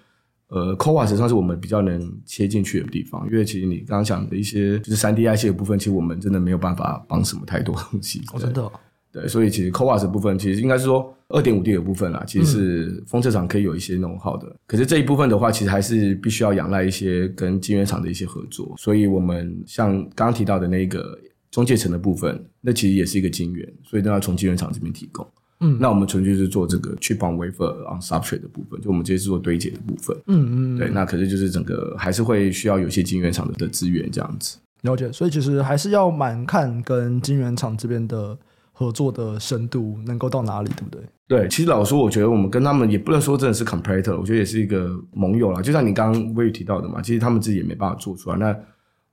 S5: 呃 c o v a 实际上是我们比较能切进去的地方，因为其实你刚刚讲的一些就是三 D IC 的部分，其实我们真的没有办法帮什么太多东西。
S1: 哦，真的哦、
S5: 对，所以其实 CoWAS 的部分，其实应该是说二点五 D 的部分啦，其
S1: 嗯
S5: 实是封测厂可以有一些弄好的。可是这一部分的话，其实还是必须要仰赖一些跟晶圆厂的一些合作。所以我们像刚刚提到的那个中介层的部分，那其实也是一个晶圆，所以都要从晶圆厂这边提供。
S1: 嗯
S5: 那我们纯粹是做这个 chip on wafer on substrate 的部分，就我们直接是做堆解的部分。
S1: 嗯嗯，
S5: 对，那可是就是整个还是会需要有一些晶圆厂的的资源这样子。
S1: 了解，所以其实还是要蛮看跟金源厂这边的合作的深度能够到哪里，对不对？
S5: 对，其实老实说，我觉得我们跟他们也不能说真的是 competitor，我觉得也是一个盟友啦。就像你刚刚微雨提到的嘛，其实他们自己也没办法做出来。那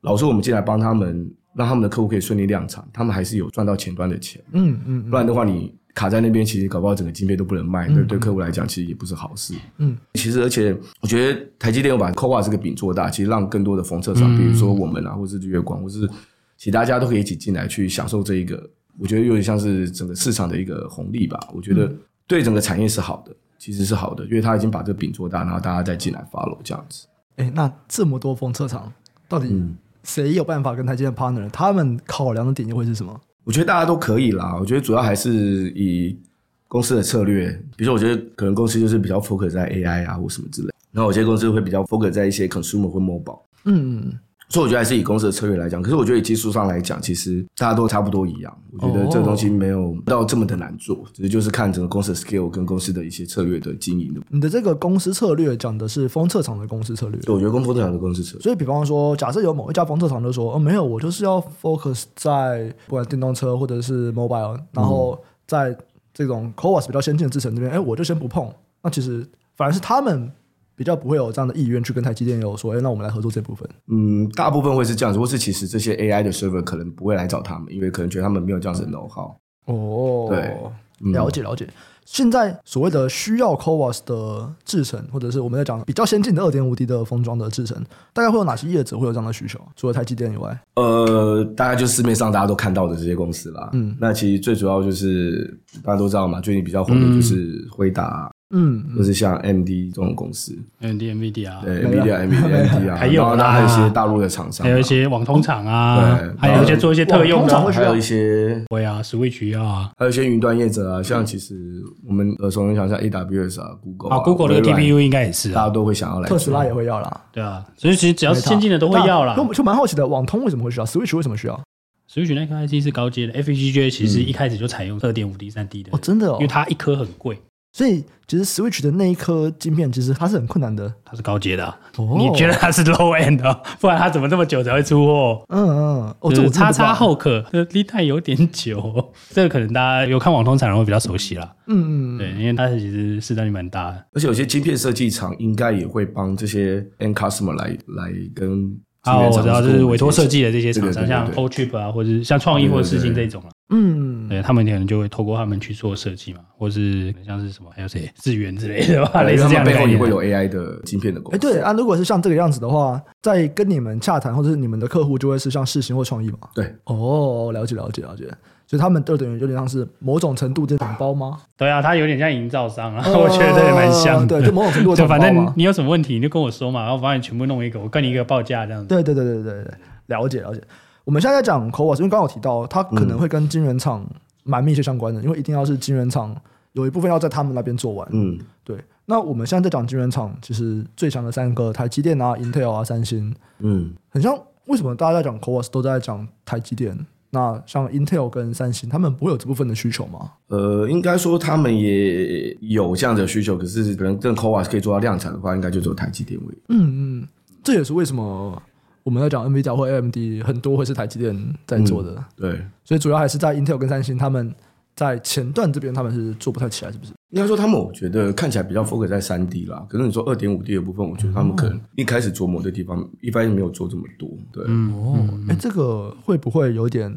S5: 老实说，我们进来帮他们，让他们的客户可以顺利量产，他们还是有赚到前端的钱。
S1: 嗯嗯
S5: 不然的话，你卡在那边，其实搞不好整个晶片都不能卖，对对客户来讲，其实也不是好事。
S1: 嗯，
S5: 其实而且我觉得台积电有把 c o v a 这个饼做大，其实让更多的封
S1: 嗯
S5: 测厂，比如说我们啊，或是日月光，或是其实大家都可以一起进来去享受这一个，我觉得有点像是整个市场的一个红利吧。我
S1: 嗯
S5: 觉得对整个产业是好的，其实是好的，因为他已经把这个饼做大，然后大家再进来 follow 这样子。
S1: 哎，那这么多封测厂，到底
S5: 嗯。
S1: 谁有办法跟台积电 partner？他们考量的点又会是什么？
S5: 我觉得大家都可以啦。我觉得主要还是以公司的策略，比如说，我觉得可能公司就是比较 focus 在 AI 啊或什么之类。然后有些公司会比较 focus 在一些 consumer 或 mobile。
S1: 嗯，嗯
S5: 所以我觉得还是以公司的策略来讲，可是我觉得以技术上来讲，其实大家都差不多一样。我觉得这个东西没有
S1: 哦
S5: 到这么的难做，只是就是看整个公司的 skill 跟公司的一些策略的经营的。
S1: 你的这个公司策略讲的是封测厂的公司策略。
S5: 对，我觉得公司特长的公司策略，
S1: 所以，比方说，假设有某一家房车厂就说：“哦，没有，我就是要 focus 在不管电动车或者是 mobile，然后在这种 c o w a s 比较先进的制程这边，哎，我就先不碰。”那其实反而是他们比较不会有这样的意愿去跟台积电有说：“哎，那我们来合作这部分。
S5: 嗯，大部分会是这样子，或是其实这些 AI 的 server 可能不会来找他们，因为可能觉得他们没有这样子的 know how。”
S1: 哦
S5: 对嗯
S1: 了解了解。现在所谓的需要 c o w a s 的制程，或者是我们在讲比较先进的二点五 D 的封装的制程，大概会有哪些业者会有这样的需求？除了台积电以外，
S5: 呃，大概就市面上大家都看到的这些公司啦。
S1: 嗯
S5: 嗯，那其实最主要就是大家都知道嘛，最近比较红的就是辉达，
S1: 嗯，
S5: 或是像 MD 这种公司，
S3: 嗯，D M V D 啊，
S5: 对
S1: 没了
S5: NVIDIA、NVIDIA、MD 啊，
S3: 还有
S5: 然后
S3: 啦
S5: 还有一些大陆的厂商啊，
S3: 还有一些网通厂啊
S5: 对，
S3: 还有一些做一些特用
S1: 网通厂
S3: 的
S1: 会，
S5: 还有一些。
S3: 对啊，Switch 要啊，
S5: 还有一些云端业者
S3: 嗯
S5: 啊，像其实我们耳熟能详，像 AWS 啊、Google
S3: 啊，Google 的
S5: 微软
S3: TPU 应该也是
S5: 大
S3: 啊，
S5: 家都会想要来做。
S1: 特斯拉也会要啦。
S3: 对啊，所以其实只要
S1: 没
S3: 是
S1: 差
S3: 先进的都会要啦
S1: 那。我就蛮好奇的，网通为什么会需要？Switch 为什么需要？
S3: Switch 那颗 IC 是高阶的，FPGA 其实一开始就采用二点五 D、三 D 的
S1: 哦，，真的哦
S3: 因为。它一颗很贵，
S1: 所以其实 Switch 的那一颗晶片，其实它是很困难的。
S3: 它是高阶的啊。
S1: 哦
S3: 你觉得？它是 low end 的， 不然它怎么这么久才会出货？
S1: 嗯嗯，哦，
S3: 就
S1: 这
S3: 是
S1: 我
S3: 叉叉
S1: 后，
S3: 后可，这 lead time 有点久， 这个可能大家有看网通产能会比较熟悉啦。
S1: 嗯嗯，
S3: 对，因为它其实市占率蛮大的。
S5: 而且有些晶片设计厂应该也会帮这些 end customer 来来跟。
S3: 哦啊，我知道，就是委托设。计的这些
S5: 对
S3: 厂
S5: 对
S3: 商，
S5: 对
S3: 像
S5: 对
S3: O Chip 啊，或者是像创意或者世新这种啊。
S1: 嗯，
S3: 对他们可能就会透过他们去做设计嘛，或是像是什么还有谁智源之类的 吧，类
S5: 因为
S3: 似
S5: 他
S3: 这样
S5: 们
S3: 的
S5: 背
S3: 概
S5: 后也
S3: 念
S5: 会有 AI 的晶片的
S1: 哎，
S5: 公司。
S1: 对啊，如果是像这个样子的话，在跟你们洽谈，或者是你们的客户就会是像世新或创意嘛？
S5: 对，
S1: 哦，了解了解了解，所以他们就等于有点像是某种程度的统包吗？
S3: 对啊，它有点像营造商
S5: 哦
S3: 啊， 我觉得也蛮
S1: 呃
S3: 像的。
S1: 对，就某种程度的
S3: 就
S1: 统包
S3: 反
S1: 嘛
S3: 正你有什么问题你就跟我说嘛，然后我帮你全部弄一个，我跟你一个报价这样子。
S1: 对对对对对对，了解了解。我们现在在讲 c o v a s 因为刚刚有提到，它可能会跟晶圆厂蛮密切相关的，因为一定要是晶圆厂有一部分要在他们那边做完。
S5: 嗯，
S1: 对，那我们现在在讲晶圆厂，其实最强的三个，台积电啊、Intel 啊、三星，
S5: 嗯，
S1: 很像为什么大家在讲 c o v a s 都在讲台积电？那像 Intel 跟三星，他们不会有这部分的需求吗？
S5: 呃，应该说他们也有这样的需求，可是可能正 c o v a s 可以做到量产的话，应该就只有台积电为主。
S1: 嗯嗯，这也是为什么我们在讲 NVIDIA 或 AMD 很多会是台积电在做的。
S5: 对，
S1: 所以主要还是在 Intel 跟三星他们在前段这边他们是做不太起来，是不是？
S5: 应该说他们我觉得看起来比较 focus 在三 D 啦，可是你说二点五 D 的部分，我觉得他们可
S3: 哦
S5: 能一开始琢磨的地方，一般没有做这么多。对，
S1: 哦，哎、这个会不会有点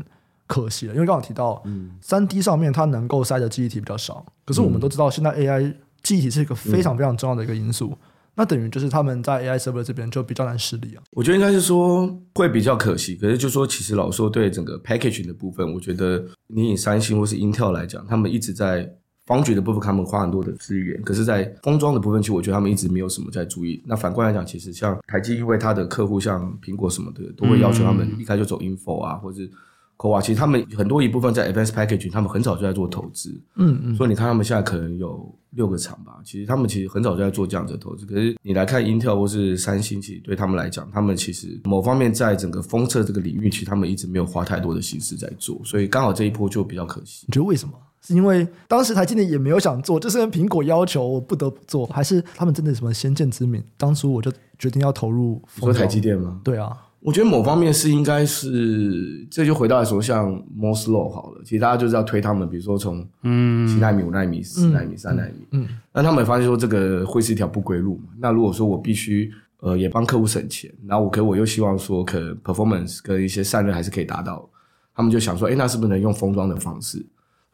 S1: 可惜了？因为刚刚有提到，
S5: 嗯
S1: 三 D 上面它能够塞的记忆体比较少，可是我们都知道现在 AI 记忆体是一个
S5: 嗯
S1: 非常非常重要的一个因素。那等于就是他们在 AI server 这边就比较难施力啊。
S5: 我觉得应该是说会比较可惜，可是就说其实老实说对整个 packaging 的部分，我觉得你以三星或是 Intel 来讲，他们一直在方局的部分，他们花很多的资源，可是，在封装的部分，其实我觉得他们一直没有什么在注意。那反过来讲，其实像台积，因为它的客户像苹果什么的，都会要求他们一开始就走 info 啊，或是 c o a 其实他们很多一部分在 advanced packaging，他们很早就在做投资。
S1: 嗯嗯，
S5: 所以你看他们现在可能有六个厂吧，其实他们其实很早就在做这样子的投资。可是你来看 Intel 或是三星，其实对他们来讲，他们其实某方面在整个封测这个领域，其实他们一直没有花太多的心思在做，所以刚好这一波就比较可惜。
S1: 你觉得为什么？是因为当时台积电也没有想做，就是因为苹果要求我不得不做，还是他们真的有什么先见之明？当初我就决定要投入
S5: 你说
S1: 封
S5: 台
S1: 装
S5: 积电吗？
S1: 对啊，
S5: 我觉得某方面是应该是，这就回到说像 Moore's Law 好了，其实大家就是要推他们，比如说从嗯七纳米、五纳米、四纳米、三纳米，
S1: 嗯
S5: 嗯，那他们也发现说这个会是一条不归路嘛。那如果说我必须呃也帮客户省钱，然后我可我又希望说可能 performance 跟一些散热还是可以达到，他们就想说，哎，那是不是能用封装的方式？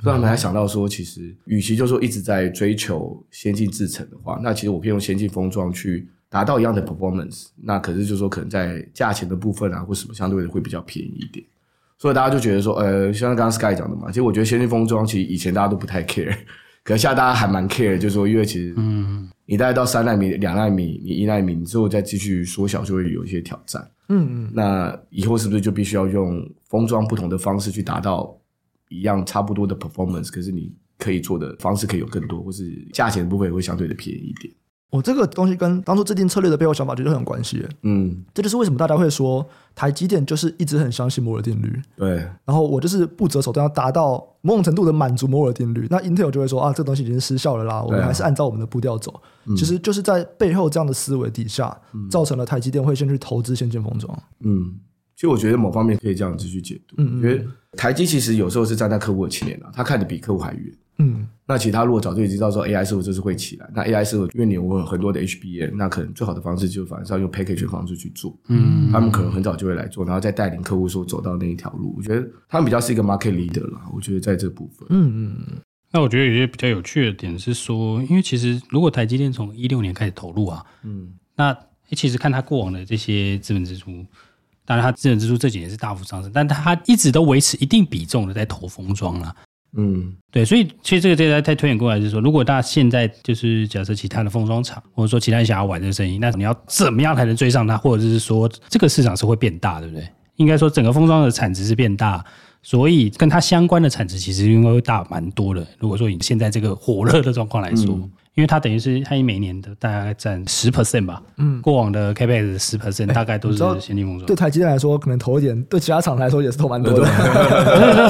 S5: 所以他们还想到说，其实与其就说一直在追求先进制程的话，那其实我可以用先进封装去达到一样的 performance。那可是就说可能在价钱的部分啊，或什么相对的会比较便宜一点。所以大家就觉得说，呃，像刚刚 Sky 讲的嘛，其实我觉得先进封装其实以前大家都不太 care，可是现在大家还蛮 care，就是说因为其实，嗯，你大概到三纳米、两纳米、你一纳米，你之后再继续缩小，就会有一些挑战。
S1: 嗯嗯，
S5: 那以后是不是就必须要用封装不同的方式去达到一样差不多的 performance？可是你可以做的方式可以有更多，或是价钱的部分也会相对的便宜一点。
S1: 我这个东西跟当初制定策略的背后想法其实很有关系耶。
S5: 嗯，
S1: 这就是为什么大家会说台积电就是一直很相信摩尔定律，
S5: 对，
S1: 然后我就是不择手段要达到某种程度的满足摩尔定律。那 Intel 就会说啊，这个东西已经失效了啦，我们
S5: 对啊嗯
S1: 还是按照我们的步调走。其实就是在背后这样的思维底下，造成了台积电会先去投资先进封装。
S5: 嗯，其实我觉得某方面可以这样子去解读，
S1: 嗯嗯
S5: 因为台积其实有时候是站在客户的前面了、他看得比客户还远。
S1: 嗯
S5: 那其他如果早就已经知道说 AI 是不是就是会起来，那 AI 是因为你有很多的 HBM，那可能最好的方式就反而是要用 package 的方式去做。嗯，他们可能很早就会来做，然后再带领客户说走到那一条路。我觉得他们比较是一个 market leader 啦，我觉得在这部分。
S1: 嗯嗯，
S3: 那我觉得有些比较有趣的点是说，因为其实如果台积电从一六年开始投入啊，
S5: 嗯，
S3: 那诶其实看它过往的这些资本支出，当然它资本支出这几年是大幅上升，但它一直都维持一定比重的在投封装啊啦。
S5: 嗯，
S3: 对，所以其实这个这个在推演过来就是说，如果大家现在就是假设其他的封装厂，或者说其他人想要玩这个生意，那你要怎么样才能追上它，或者是说这个市场是会变大，对不对？应该说整个封装的产值是变大，所以跟它相关的产值其实应该会大蛮多的。如果说以现在这个火热的状况来
S1: 嗯
S3: 说，因为它等于是它每年的大概占十 percent 吧，嗯，过往的 CapEx 十 percent 大概都是
S1: 哎知道
S3: 先进封装
S1: 对。台积电来说可能投一点，对其他厂来说也是投蛮多的。
S3: 不是不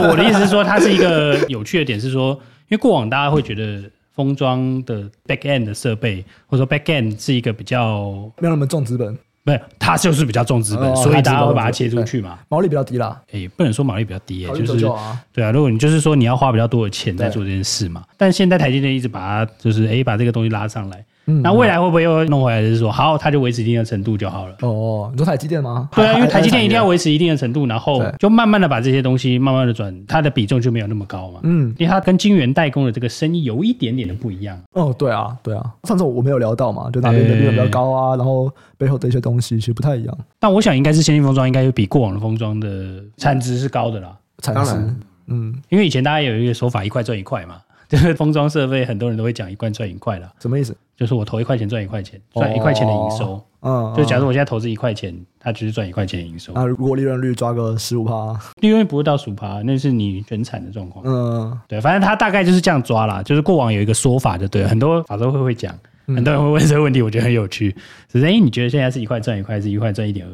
S3: 是，我的意思是说，它是一个有趣的点是说，因为过往大家会觉得封装的 back end 的设备，或者说 back end 是一个比较
S1: 没有那么重资本，
S3: 不是，它就是比较重资本，
S1: 哦
S3: 所以
S1: 它
S3: 大
S1: 知
S3: 家
S1: 道
S3: 会把它切出去嘛。
S1: 毛利比较低啦，
S3: 也、不能说毛利比较低、
S1: 考虑
S3: 就
S1: 折
S3: 是
S1: 旧啊。
S3: 对啊，如果你就是说你要花比较多的钱在做这件事嘛，但现在台积电一直把它就是哎、把这个东西拉上来，
S1: 嗯
S3: 那未来会不会又弄回来？就是说，好，它就维持一定的程度就好了。
S1: 哦，你说台积电吗？
S3: 对啊，因为台积电一定要
S1: 还
S3: 维持一定的程度，然后
S1: 对
S3: 就慢慢的把这些东西慢慢的转，它的比重就没有那么高嘛。
S1: 嗯，
S3: 因为它跟晶圆代工的这个生意有一点点的不一样。
S1: 哦，对啊，对啊，上次我没有聊到嘛，就哪边的利润比较高啊，然后背后的一些东西其实不太一样，
S3: 但我想应该是先进封装应该会比过往的封装的产值是高的啦，
S1: 产
S5: 当
S1: 值
S5: 然，
S1: 嗯，
S3: 因为以前大家有一个说法，一块赚一块嘛， 就是封装设备很多人都会讲一块赚一块啦，
S1: 什么意思？
S3: 就是我投一块钱赚一块钱，赚一块钱的营收。
S1: 嗯，
S3: 就假如我现在投资一块钱，它只是赚一块钱的营收，
S1: 啊，如果利润率抓个十五趴，
S3: 利润不会到数趴，那是你全产的状况。
S1: 嗯，
S3: 对，反正他大概就是这样抓啦，就是过往有一个说法就对了，很多法则会会讲，
S5: 嗯
S3: 很多人会问这个问题，我觉得很有趣。只是哎，你觉得现在是一块赚一块，还是一块赚一点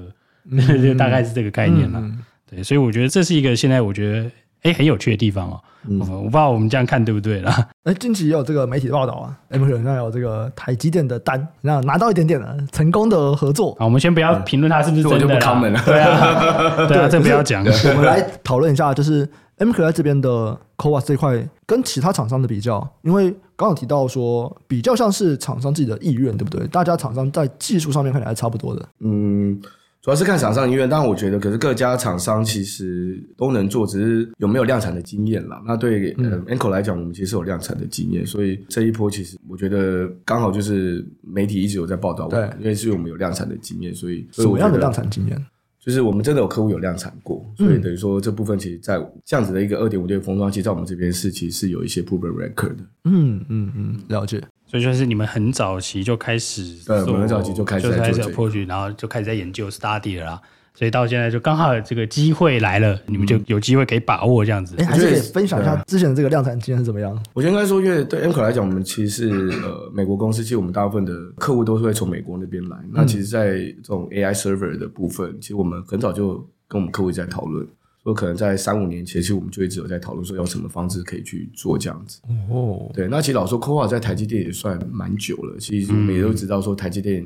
S5: 嗯
S3: 二？ 就大概是这个概念啦。啊
S1: 嗯
S3: 对，所以我觉得这是一个现在我觉得哎很有趣的地方哦。
S5: 嗯
S3: 我我不知道我们这样看对不对啦。
S1: 哎，近期也有这个媒体报道啊，哎，不是，那有这个台积电的单，那拿到一点点了，成功的合作，
S3: 好，我们先不要评论它是不是
S5: 嗯这我
S3: 真
S5: 就
S3: 的
S5: 不 comment
S3: 啦。
S5: 了。
S3: 对啊，对 啊，这不要讲。
S1: 我们来讨论一下，就是 M K 在这边的 CoWAS 这块跟其他厂商的比较，因为刚刚有提到说，比较像是厂商自己的意愿，对不对？大家厂商在技术上面看起来是差不多的，
S5: 嗯，主要是看厂商意愿，但我觉得，可是各家厂商其实都能做，只是有没有量产的经验啦。那对
S1: 嗯
S5: 呃 Anko 来讲，我们其实有量产的经验，所以这一波其实我觉得刚好就是媒体一直有在报道我们，
S1: 对
S5: 因为是我们有量产的经验，所以所
S1: 什
S5: 以我
S1: 么样的
S5: 觉得
S1: 量产经验？
S5: 就是我们真的有客户有量产过，所以等于说这部分其实，在这样子的一个二点五 D 的封装，其实在我们这边是其实是有一些 proven record 的。
S1: 嗯嗯嗯，了解。
S3: 所以就是你们很早期就开始做，
S5: 对我们很早期就开始
S3: 就
S5: 在
S3: 是开始
S5: 做
S3: 有
S5: 这个
S3: approach，然后就开始在研究 study 了啦。所以到现在就刚好有这个机会来了，你们就有机会可以把握这样子
S1: 哎，。还是可以
S5: 我觉得
S1: 分享一下之前的这个量产经验是怎么样？
S5: 我觉得应该说，因为对 Anchor 来讲，我们其实是呃美国公司，其实我们大部分的客户都是会从美国那边来。那其实，在这种 AI server 的部分，其实我们很早就跟我们客户一直在讨论，说可能在三五年前，其实我们就一直有在讨论说用什么方式可以去做这样子。
S1: 哦，
S5: 对，那其实老实说 c o a 在台积电也算蛮久了，其实我们
S3: 嗯
S5: 也都知道说台积电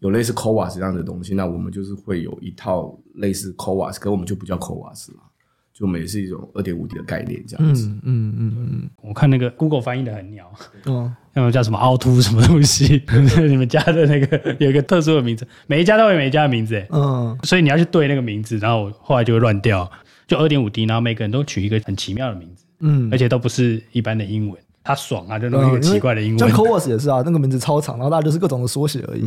S5: 有类似 c o a 这样的东西，那我们就是会有一套类似 c o a 可我们就不叫 c o a 了，就我们也是一种二点五 D 的概念这样子。
S1: 嗯嗯嗯
S3: 我看那个 Google 翻译的很鸟，
S1: 嗯，哦，
S3: 那种叫什么凹凸什么东西， 你们家的那个有一个特殊的名字，每一家都有每一家的名字，哎
S1: 嗯，
S3: 所以你要去对那个名字，然后后来就会乱掉，就二点五 D，然后每个人都取一个很奇妙的名字，
S1: 嗯
S3: 而且都不是一般的英文，他爽啊，就弄一个
S1: 嗯因为
S3: 奇怪的英
S1: 像
S3: 文，
S1: CoWAS 也是啊，那个名字超长，然后大家就是各种的缩写而已。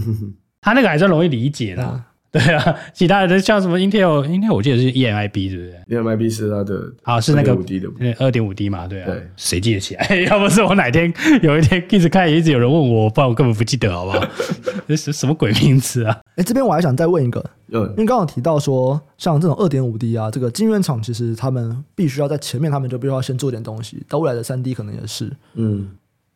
S3: 他那个还算容易理解啦。对啊，其他的像什么 Intel，Intel 我记得是 E EMIB 是不是？
S5: 因为 MIB 是它的
S3: 啊，是那个
S5: 五 D 的部分，
S3: 二点五 D 嘛，对啊，
S5: 对
S3: 谁记得起来？ 要不是我哪天有一天一直看，一直有人问我，不然我根本不记得，好 不好？这是什么鬼名字啊？
S1: 哎，这边我还想再问一个，
S5: 嗯
S1: 因，为刚刚有提到说，像这种二点五 D 啊，这个晶圆厂其实他们必须要在前面，他们就必须要先做点东西。到未来的三 D 可能也是，
S5: 嗯，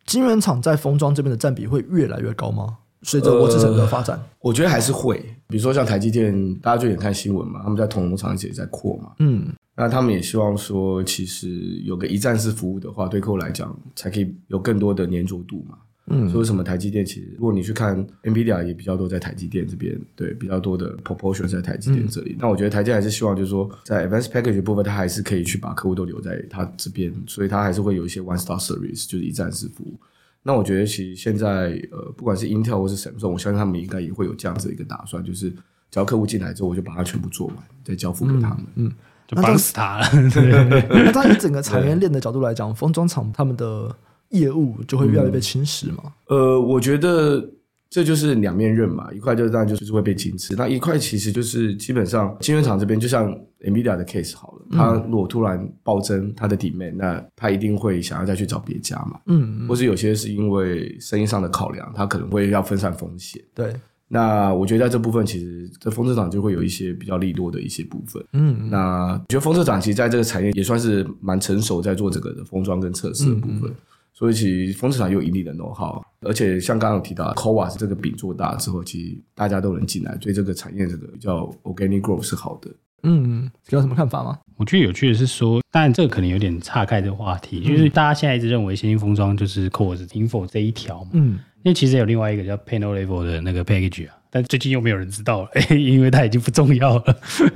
S1: 晶圆厂在封装这边的占比会越来越高吗？随着我制程的发展，
S5: 我觉得还是会，比如说像台积电，大家最近看新闻嘛，他们在铜锣厂也在扩嘛，
S1: 嗯
S5: 那他们也希望说，其实有个一站式服务的话，对客户来讲才可以有更多的粘着度嘛。
S1: 嗯
S5: 所以为什么台积电其实，如果你去看 NVIDIA 也比较多在台积电这边，对比较多的 proportion 在台积电这里。那我觉得台积电还是希望就是说，在 advanced package 部分，它还是可以去把客户都留在它这边，所以它还是会有一些 one stop service，就是一站式服务。那我觉得其实现在呃，不管是 Intel 或是 Samsung，我相信他们应该也会有这样子的一个打算，就是只要客户进来之后，我就把它全部做完，再交付给他们。
S1: 嗯。
S3: 就
S1: 那这
S3: 绑死他了。对
S1: 那在以整个产业链的角度来讲，封装厂他们的业务就会越来越被侵蚀嘛？
S5: 呃，我觉得这就是两面刃嘛，一块就是当然就是会被侵吃，那一块其实就是基本上晶圆厂这边，就像 NVIDIA 的 case 好了，它如果突然暴增它的底面，那它一定会想要再去找别家嘛，
S1: 嗯，
S5: 或是有些是因为生意上的考量，它可能会要分散风险。
S1: 对，
S5: 那我觉得在这部分，其实这风车厂就会有一些比较利多的一些部分。
S1: 嗯
S5: 那我觉得风车厂其实在这个产业也算是蛮成熟，在做这个的封装跟测试的部分。所以其实风车厂也有一定的 know how，而且像刚刚有提到 c o v a s 这个饼做大之后，其实大家都能进来，对这个产业这个比较 organic growth 是好的。
S1: 嗯，有什么看法吗？
S3: 我觉得有趣的是说，当然这个可能有点岔开的话题，就是大家现在一直认为先进封装就是 Core 是 Info 这一条嘛，
S1: 嗯
S3: 因为其实有另外一个叫 Panel Level 的那个 Package 啊，但最近又没有人知道了， 因为它已经不重要了。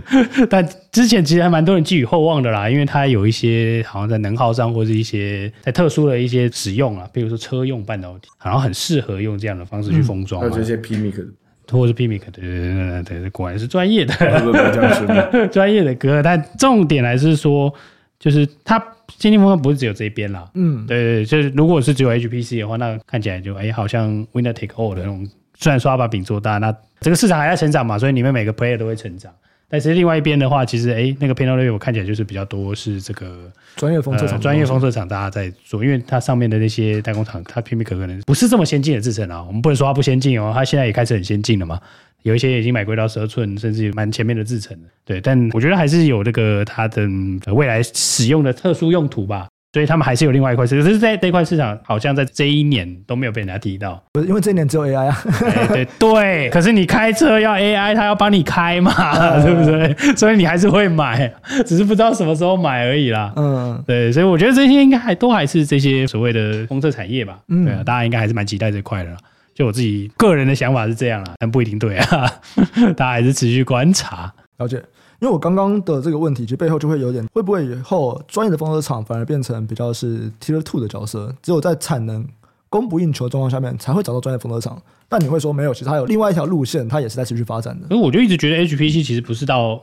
S3: 但之前其实还蛮多人寄予厚望的啦，因为它有一些好像在能耗上或是一些在特殊的一些使用啊，比如说车用半导体，好像很适合用这样的方式去封装、
S5: 还有
S3: 啊
S5: 这些 PMIC，
S3: 或者是 PMIC，对对对对对对，果然是专业的。
S5: 不不不这样说的，
S3: 专业的歌，但重点还是说，就是它先进封装不是只有这一边啦。
S1: 嗯，
S3: 对对对，就是如果是只有 HPC 的话，那看起来就哎，好像 winner take all 的那种。虽然说要把饼做大，那这个市场还在成长嘛，所以里面每个 player 都会成长。但是另外一边的话，其实哎，那个 panel level 看起来就是比较多是这个
S1: 专业封测
S3: 呃
S1: 厂，
S3: 专业封测厂大家在做，因为它上面的那些代工厂，它 PMIC 可能不是这么先进的制程啊。我们不能说它不先进哦，它现在也开始很先进了嘛。有一些已经买归到十二寸，甚至蛮前面的制程的。对，但我觉得还是有这个它的嗯未来使用的特殊用途吧。所以他们还是有另外一块市场，只是在这块市场好像在这一年都没有被人家提到。
S1: 不是因为这一年只有 AI 啊，
S3: 哎对 对，可是你开车要 AI，它要帮你开嘛， 对不对？所以你还是会买，只是不知道什么时候买而已啦。
S1: 嗯，
S3: 对，所以我觉得这些应该还都还是这些所谓的公测产业吧。
S1: 嗯
S3: 对啊，大家应该还是蛮期待这块的啦。就我自己个人的想法是这样啦，但不一定对啊， 大家还是持续观 察。
S1: 啊嗯了解。因为我刚刚的这个问题，其实背后就会有点，会不会以后专业的封测厂反而变成比较是 Tier Two 的角色，只有在产能供不应求的状况下面才会找到专业封测厂。但你会说没有，其实它有另外一条路线，它也是在持续发展的。
S3: 可是我就一直觉得 HPC 其实不是到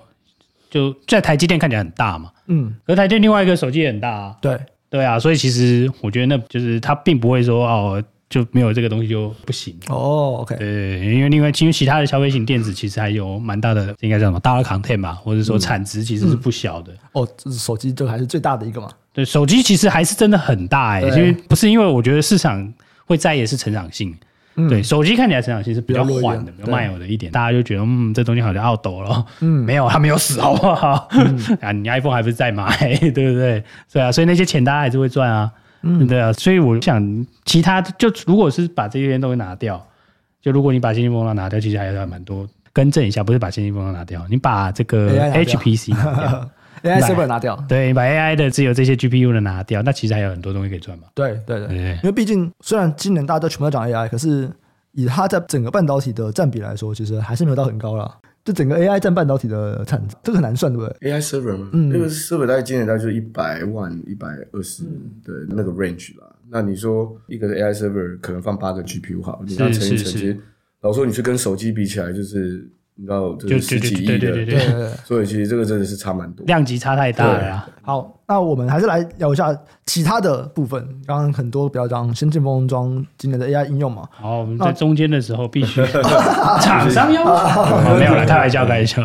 S3: 就在台积电看起来很大嘛，
S1: 嗯，
S3: 可是台积电另外一个手机也很大啊。
S1: 对，
S3: 对啊，所以其实我觉得那就是它并不会说哦就没有这个东西就不行。
S1: 哦，OK，
S3: 对，因为另外，因为其他的消费型电子其实还有蛮大的，应该叫什么大的 content 吧，或者说产值其实是不小的。
S1: 哦，这是手机这个还是最大的一个嘛？
S3: 对，手机其实还是真的很大哎、
S1: 对
S3: 因为不是因为我觉得市场会在意的是成长性，
S1: 嗯
S3: 对，手机看起来成长性是比较
S1: 比较弱一
S3: 缓
S1: 点
S3: 的，比较
S1: 对
S3: 慢有的一点，大家就觉得嗯，这东西好像 out 了，
S1: 嗯
S3: 没有，它没有死好不好？ 啊，你 iPhone 还不是在买， 对不对？对啊，所以那些钱大家还是会赚啊，嗯，对啊，所以我想其他就如果是把这些东西拿掉，就如果你把先进风浪拿掉，其实还有蛮多。更正一下，不是把先进风浪拿掉，你把这个
S1: AI 拿掉
S3: HPC 拿掉，
S1: AI server 拿掉，
S3: 对，你把 AI 的只有这些 GPU 的拿掉，那其实还有很多东西可以赚嘛。
S1: 对对对，
S3: 对对
S1: 因为毕竟虽然今年大家都全部在讲 AI，可是以它在整个半导体的占比来说，其实还是没有到很高啦。就整个 AI 占半导体的产值，这个很难算，对不对？
S5: AI server 吗？
S1: 嗯
S5: 那个 server 大概今年大概就是一百万、一百二十
S3: 嗯
S5: 的那个 range 啦。那你说一个 AI server 可能放八个 GPU 好，你
S3: 是
S5: 要乘一
S3: 是是
S5: 乘，其实老实说你去跟手机比起来，就是你知道，就
S3: 就是对
S5: 十
S3: 对
S5: 几
S3: 对对
S5: 亿
S3: 对
S5: 的，
S3: 对
S1: 对
S3: 对，
S1: 对对。
S5: 所以其实这个真的是差蛮多。
S3: 量级差太大了啦。
S1: 好，那我们还是来聊一下其他的部分。刚刚很多比较讲先进封装今年的 AI 应用嘛，
S3: 好，我们在中间的时候必须 厂商要求哦没有了，开玩笑，开玩笑。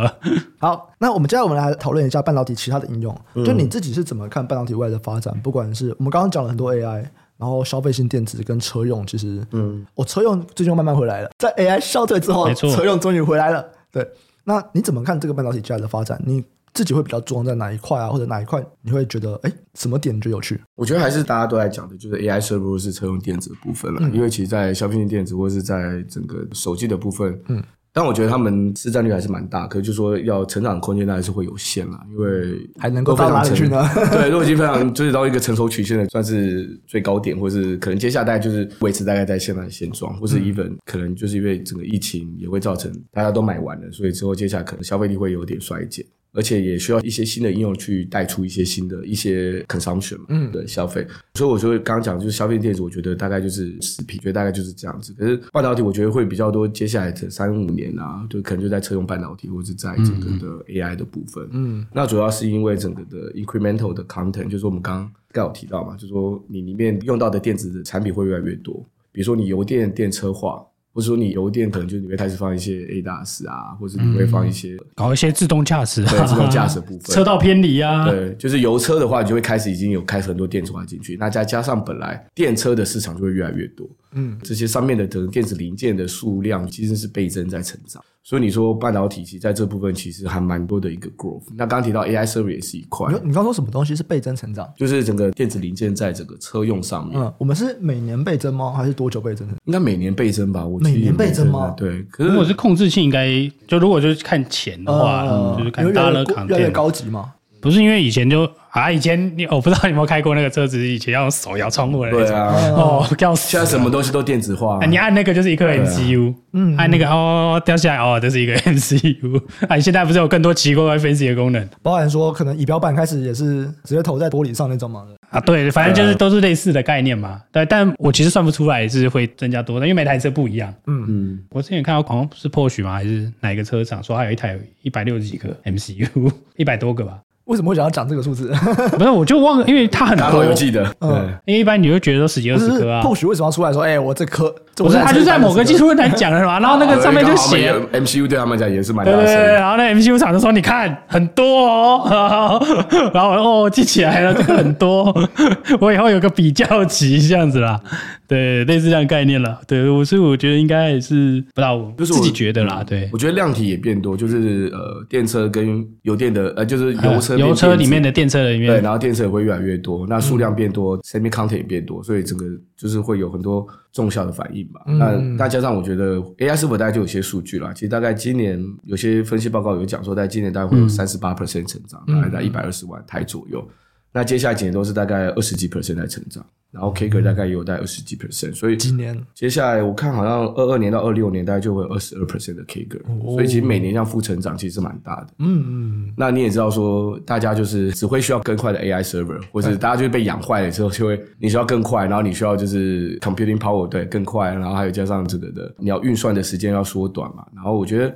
S1: 好，那我们接下来我们来讨论一下半导体其他的应用。
S3: 嗯
S1: 就你自己是怎么看半导体未来的发展？不管是我们刚刚讲了很多 AI，然后消费性电子跟车用，其实，嗯，我、车用最近又慢慢回来了，在 AI 消退之后，
S3: 没错
S1: 车用终于回来了。对，那你怎么看这个半导体接下来的发展？你自己会比较注重在哪一块啊，或者哪一块你会觉得，哎，什么点你觉得有趣？
S5: 我觉得还是大家都在讲的，就是 AI server 或是车用电子的部分
S1: 嗯
S5: 了、因为其实，在消费性电子或是在整个手机的部分，嗯，但我觉得他们市占率还是蛮大，可是就说要成长空间，当然是会有限啦，因为
S1: 嗯还能够
S5: 都非
S1: 到哪
S5: 常
S1: 里去呢？
S5: 对，都已经非常就是到一个成熟曲线的，算是最高点，或是可能接下来就是维持大概在现在的现状，
S1: 嗯
S5: 或是 even、可能就是因为整个疫情也会造成大家都买完了，所以之后接下来可能消费力会有点衰减，而且也需要一些新的应用去带出一些新的一些 consumption 嘛，嗯，对，消费。所以我就会刚刚讲就是消费电子，我觉得大概就是食品，觉得大概就是这样子。可是半导体我觉得会比较多，接下来的三五年啊，就可能就在车用半导体，或是在整个的 AI 的部分，嗯，那主要是因为整个的 incremental 的 content，就是我们刚刚刚有提到嘛，就是说你里面用到的电子的产品会越来越多，比如说你油电电车化。或者说你油电可能就是你会开始放一些 ADAS 啊，或者你会放一些、
S3: 搞一些自动驾驶啊，
S5: 对自动驾驶部分，
S3: 车道偏离啊，
S5: 对，就是油车的话，你就会开始已经有开始很多电池化进去，那再加上本来电车的市场就会越来越多，嗯，这些上面的整个电子零件的数量其实是倍增在成长，所以你说半导体其实在这部分其实还蛮多的一个 growth。那刚刚提到 AI server 也是一块
S1: 你，
S3: 嗯
S1: 说你刚说什么东西是倍增成长？
S5: 就是整个电子零件在整个车用上面，
S1: 嗯，我们是每年倍增吗？还是多久倍增？
S5: 应该每年倍增吧？我记得
S1: 每年倍增吗
S5: 有对，可
S3: 如
S5: 是
S3: 果是控制器，应该就如果就是看钱的话，
S1: 呃
S3: 就是
S1: 因
S3: 看
S1: 为越
S5: 哦
S3: 大
S1: 来
S3: 了
S1: 越越来越
S3: content，
S1: 高级嘛。
S3: 不不是因为以前就啊，以前你我不知道你有没有开过那个车子，以前要用手摇窗户的那
S5: 对
S3: 种，
S5: 啊，
S3: 哦，要死
S5: 现在什么东西都电子化
S3: 啊，，你按那个就是一颗 MCU，、
S1: 嗯
S3: 按那个哦掉下来哦，这是一个 MCU。啊，你现在不是有更多奇怪怪 fancy 的功能
S1: 包含说可能仪表板开始也是直接投在玻璃上那种嘛，
S3: 啊？对，反正就是都是类似的概念嘛。对，但我其实算不出来是会增加多少，因为每台车不一样。
S5: 嗯，
S3: 我之前看到好像是 Porsche 吗？还是哪一个车厂说它有一台一百六十几个 MCU，一 百多个吧？
S1: 为什么会想要讲这个数字？
S3: 不是，我就忘了，因为它很
S5: 大家都
S3: 多
S5: 有。记得，对
S1: 嗯，
S3: 因为一般你会觉得都十几二
S1: 不
S3: 十
S1: 是
S3: 颗啊，
S1: ，Porsche 为什么要出来说，哎、我这颗，
S3: 不是，它就在某个技
S1: 技术。
S3: 术论坛讲了嘛，然后那
S5: 呃
S3: 个上面就写
S5: MCU 对他们来讲也是蛮大
S3: 对对
S5: 的
S3: 对，
S5: 生
S3: 对
S5: 意，
S3: 然后那 MCU 厂就说：“你看很多哦。” 然后我说哦记起来了，这个很多， 我以后有个比较级这样子啦。对，类似这样概念了。对，我所以我觉得应该也是不知道，我
S5: 就是我嗯
S3: 自己觉得啦。对，
S5: 我觉得量体也变多，就是呃，电车跟油电的，呃，就是油车、
S3: 油车里面的。电车里
S5: 对，
S3: 面，
S5: 然后电车也会越来越多，那数量变多、s e m i c o n t e n t 也变多，
S3: 嗯
S5: 所以整个就是会有很多重效的反应吧。
S3: 嗯
S5: 那那加上我觉得 AI 是否大概就有些数据啦，其实大概今年有些分析报告有讲说，在今年大概会
S3: 嗯
S5: 有三十八 percent 成长，大概在一百二十万台左右。那接下来几年都是大概二十几 percent 在成长，然后 K 哥大概也有在二十几 percent，所以
S1: 今年
S5: 接下来我看好像二二年到二六年大概就会有二十二 percent 的 K 歌、所以其实每年这样负成长其实是蛮大的。
S1: 嗯嗯，
S5: 那你也知道说，大家就是只会需要更快的 AI server，或者大家就是被养坏了之后，就会你需要更快，然后你需要就是 computing power 对更快，然后还有加上这个的你要运算的时间要缩短嘛。然后我觉得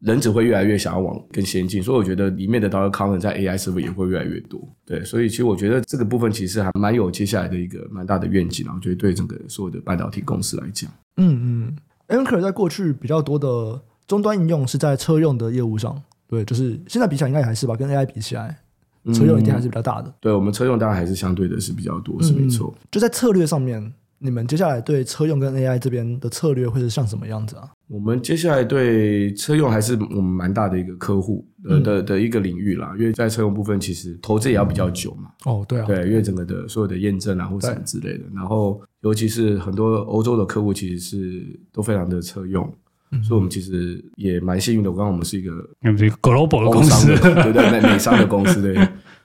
S5: 人只会越来越想要往更先进，所以我觉得里面的 dollar content 在 AI server 也会越来越多。对，所以其实我觉得这个部分其实还蛮有接下来的一个蛮大的愿景啊，我觉得对整个所有的半导体公司来讲。
S1: 嗯嗯，Anchor 在过去比较多的终端应用是在车用的业务上，对，就是现在比起来应该也还是吧，跟 AI 比起来，
S3: 嗯
S1: 车用一定还是嗯比较大的。
S5: 嗯对我们车用当然还是相对的是比较多，是没错。
S1: 就在策略上面，你们接下来对车用跟 AI 这边的策略会是像什么样子啊？
S5: 我们接下来对车用还是我们蛮大的一个客户呃
S1: 嗯
S5: 的的一个领域啦，因为在车用部分其实投资也要比较久嘛，
S1: 哦，对啊
S5: 对，因为整个的所有的验证啊或什么之类的，然后尤其是很多欧洲的客户其实是都非常的车用，
S1: 嗯
S5: 所以我们其实也蛮幸运的。我刚刚我们是一个
S3: 嗯，这个 global 的
S5: 工
S3: 公
S5: 商
S3: 司
S5: 的，对对，美美商的公司对。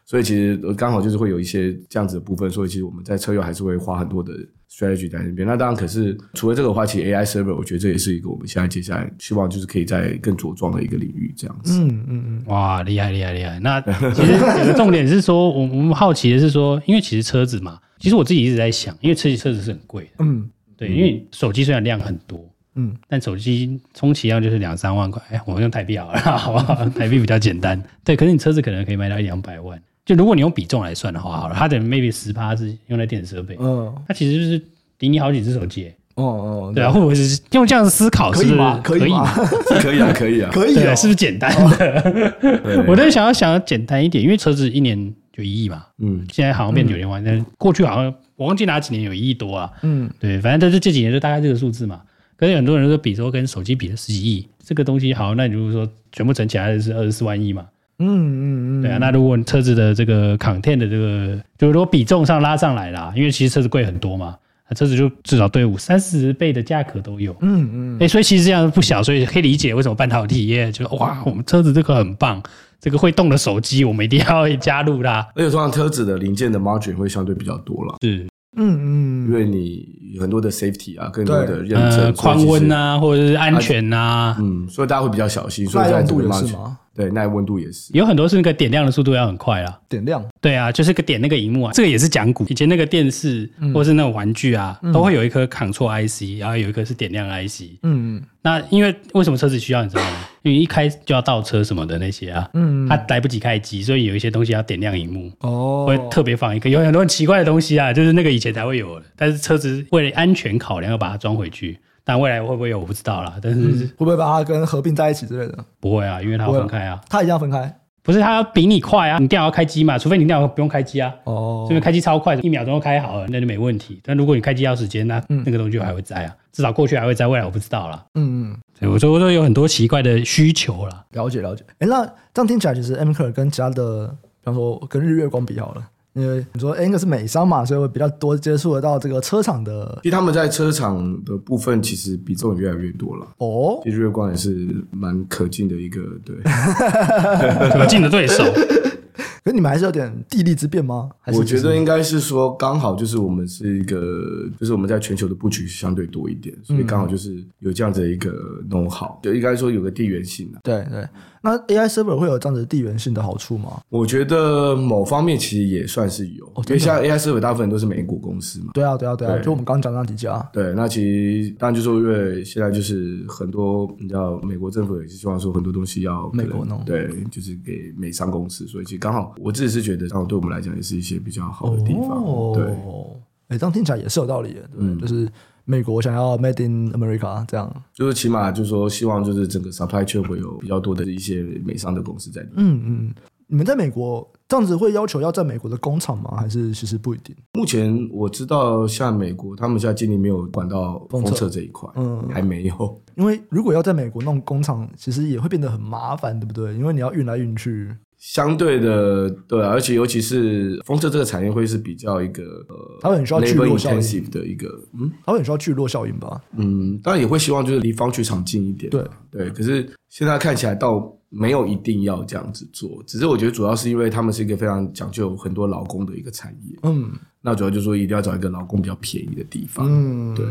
S5: 所以其实刚好就是会有一些这样子的部分，所以其实我们在车友还是会花很多的 strategy 在那边。那当然，可是除了这个的话，其实 AI server 我觉得这也是一个我们现在接下来希望就是可以在更茁壮的一个领域这样子。
S1: 嗯嗯嗯，
S3: 哇，厉害厉害厉害！那其实有个重点是说，我我们好奇的是说，因为其实车子嘛，其实我自己一直在想，因为车车子是很贵的，
S1: 嗯
S3: 对，因为手机虽然量很多，
S1: 嗯，
S3: 但手机充其量就是两三万块，哎，我们用台币好了， 好不好？台币比较简单。对，可是你车子可能可以卖到一两百万，就如果你用比重来算的话，好了，它的 maybe 十趴是用在电子设备，
S1: 嗯，
S3: 它其实就是顶你好几只手机，
S1: 哦哦，
S3: 对啊，会不会是用这样思考
S1: 可
S3: 是不
S1: 以
S3: 是
S1: 吗？
S3: 可
S1: 以吗？
S5: 可以啊，可以啊，
S1: 可以
S3: 对
S1: 哦，
S3: 啊，是不是简单的？
S5: 对
S3: 我在想要想要简单一点，因为车子一年就一亿嘛，
S5: 嗯，
S3: 现在好像变九千万，但过去好像我忘记哪几年有一亿多啊。
S1: 嗯
S3: 对，反正就是这几年就大概这个数字嘛。可是很多人都比说跟手机比了十几亿，这个东西好，那你如果说全部整起来就是二十四万亿嘛，
S1: 嗯嗯嗯，
S3: 对啊。那如果你车子的这个 content 的这个，就如果比重上拉上来啦，因为其实车子贵很多嘛，那车子就至少对五三十倍的价格都有。
S1: 嗯嗯
S3: 哎、所以其实这样不小，所以可以理解为什么半导体业就哇，我们车子这个很棒，这个会动的手机我们一定要加入啦。
S5: 而且通常车子的零件的 margin 会相对比较多了，
S3: 是，
S1: 嗯
S5: 因
S1: 嗯，
S5: 为你有很多的 safety 啊，更多的认
S3: 呃，
S5: 证、
S3: 宽温，啊，或者是安全啊，
S5: 嗯，所以大家会比较小心，所以
S1: 耐
S5: 在
S1: 用
S5: 这
S1: 度
S5: 个
S1: 也是
S5: margin
S1: 吗？
S5: 对耐温度也是。
S3: 有很多是那个点亮的速度要很快啦。
S1: 点亮，
S3: 对啊，就是个点那个荧幕啊，这个也是讲古。以前那个电视
S1: 嗯
S3: 或是那种玩具啊，都会有一颗 Ctrl IC，然后有一颗是点亮 IC。
S1: 嗯嗯
S3: 那因为为什么车子需要你知道吗？ 因为一开就要倒车什么的那些啊，
S1: 嗯，
S3: 它来不及开机，所以有一些东西要点亮荧幕。
S1: 哦，
S3: 会特别放一个，有很多很奇怪的东西啊，就是那个以前才会有的，但是车子为了安全考量要把它装回去，但未来会不会有我不知道啦，但是
S1: 会不会把它跟合并在一起之类的？
S3: 不会啊，因为它
S1: 嗯
S3: 要
S1: 不会啊
S3: 分开啊，
S1: 它一定要分开
S3: 不是它要比你快啊，你电脑要开机嘛，除非你电脑不用开机啊，
S1: 哦
S3: 这边开机超快，一秒钟就开好了，那就没问题。但如果你开机要时间，那那个东西还会在啊，至少过去还会在，未来我不知道啦。
S1: 嗯嗯，
S3: 所以我说，我说有很多奇怪的需求 啦。
S1: 了解了解。哎，那这样听起来，其实 M 克跟其他的，比方说跟日月光比好了，因为你说 M 克是美商嘛，所以会比较多接触得到这个车厂的
S5: 其实他们在车厂的部分其实比重也越来越多了。
S1: 哦
S5: 其。实月光也是蛮可敬的一个，对，
S3: 啊 可敬的对手，
S1: 可是你们还是有点地利之便吗？ 还是
S5: 我
S1: 其
S5: 觉
S1: 实
S5: 得应该是说，刚好就是我们是一个，就是我们在全球的布局是相对多一点，所以
S1: 嗯
S5: 刚好就是有这样子的一个弄好，就应该说有个地缘性啊。
S1: 对对。那 AI server 会有这样子地缘性的好处吗？
S5: 我觉得某方面其实也算是有，因为
S1: 哦真的
S5: 像 AI server 大部分都是美国公司嘛。
S1: 对啊对啊对啊，
S5: 对
S1: 就我们刚刚讲那几家，
S5: 对，那其实当然就是因为现在就是很多，你知道，美国政府也是希望说很多东西要
S1: 美国弄
S5: 对，就是给美商公司，所以其实刚好我自己是觉得，刚好对我们来讲也是一些比较好的地方。对，
S1: 哦哎，这样听起来也是有道理的，对不对，
S5: 嗯
S1: 就是美国想要 Made in America 这样，
S5: 就是起码就是说，希望就是整个 supply chain 会有比较多的一些美商的公司在里面。
S1: 嗯嗯。你们在美国这样子会要求要在美国的工厂吗？还是其实不一定？
S5: 目前我知道，像美国他们现在今年没有管到
S1: 封
S5: 封
S1: 测
S5: 测这一块，
S1: 嗯
S5: 还没有。
S1: 因为如果要在美国弄工厂，其实也会变得很麻烦，对不对？因为你要运来运去，
S5: 相对的，对啊、而且尤其是封测这个产业会是比较一个呃，
S1: 它很需要聚
S5: labor
S1: 落效应
S5: intensive 的一个，嗯
S1: 它会很需要聚落效应吧？
S5: 嗯，当然也会希望就是离方区厂近一点，啊
S1: 对
S5: 对。可是现在看起来倒没有一定要这样子做，只是我觉得主要是因为他们是一个非常讲究很多劳工的一个产业，
S1: 嗯
S5: 那主要就是说一定要找一个劳工比较便宜的地方，
S1: 嗯，
S5: 对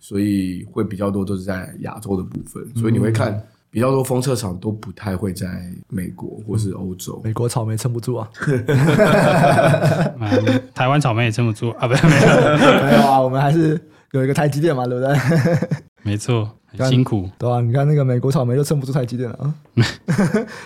S5: 所以会比较多都是在亚洲的部分，所以你会看比较多风车厂都不太会在美国或是欧洲。
S1: 美国草莓撑不住啊！
S3: 嗯台湾草莓也撑不住啊，不，没有，
S1: 没有啊，我们还是有一个台积电嘛，对不对？
S3: 没错，很辛苦。
S1: 对啊，你看那个美国草莓就撑不住台积电了啊，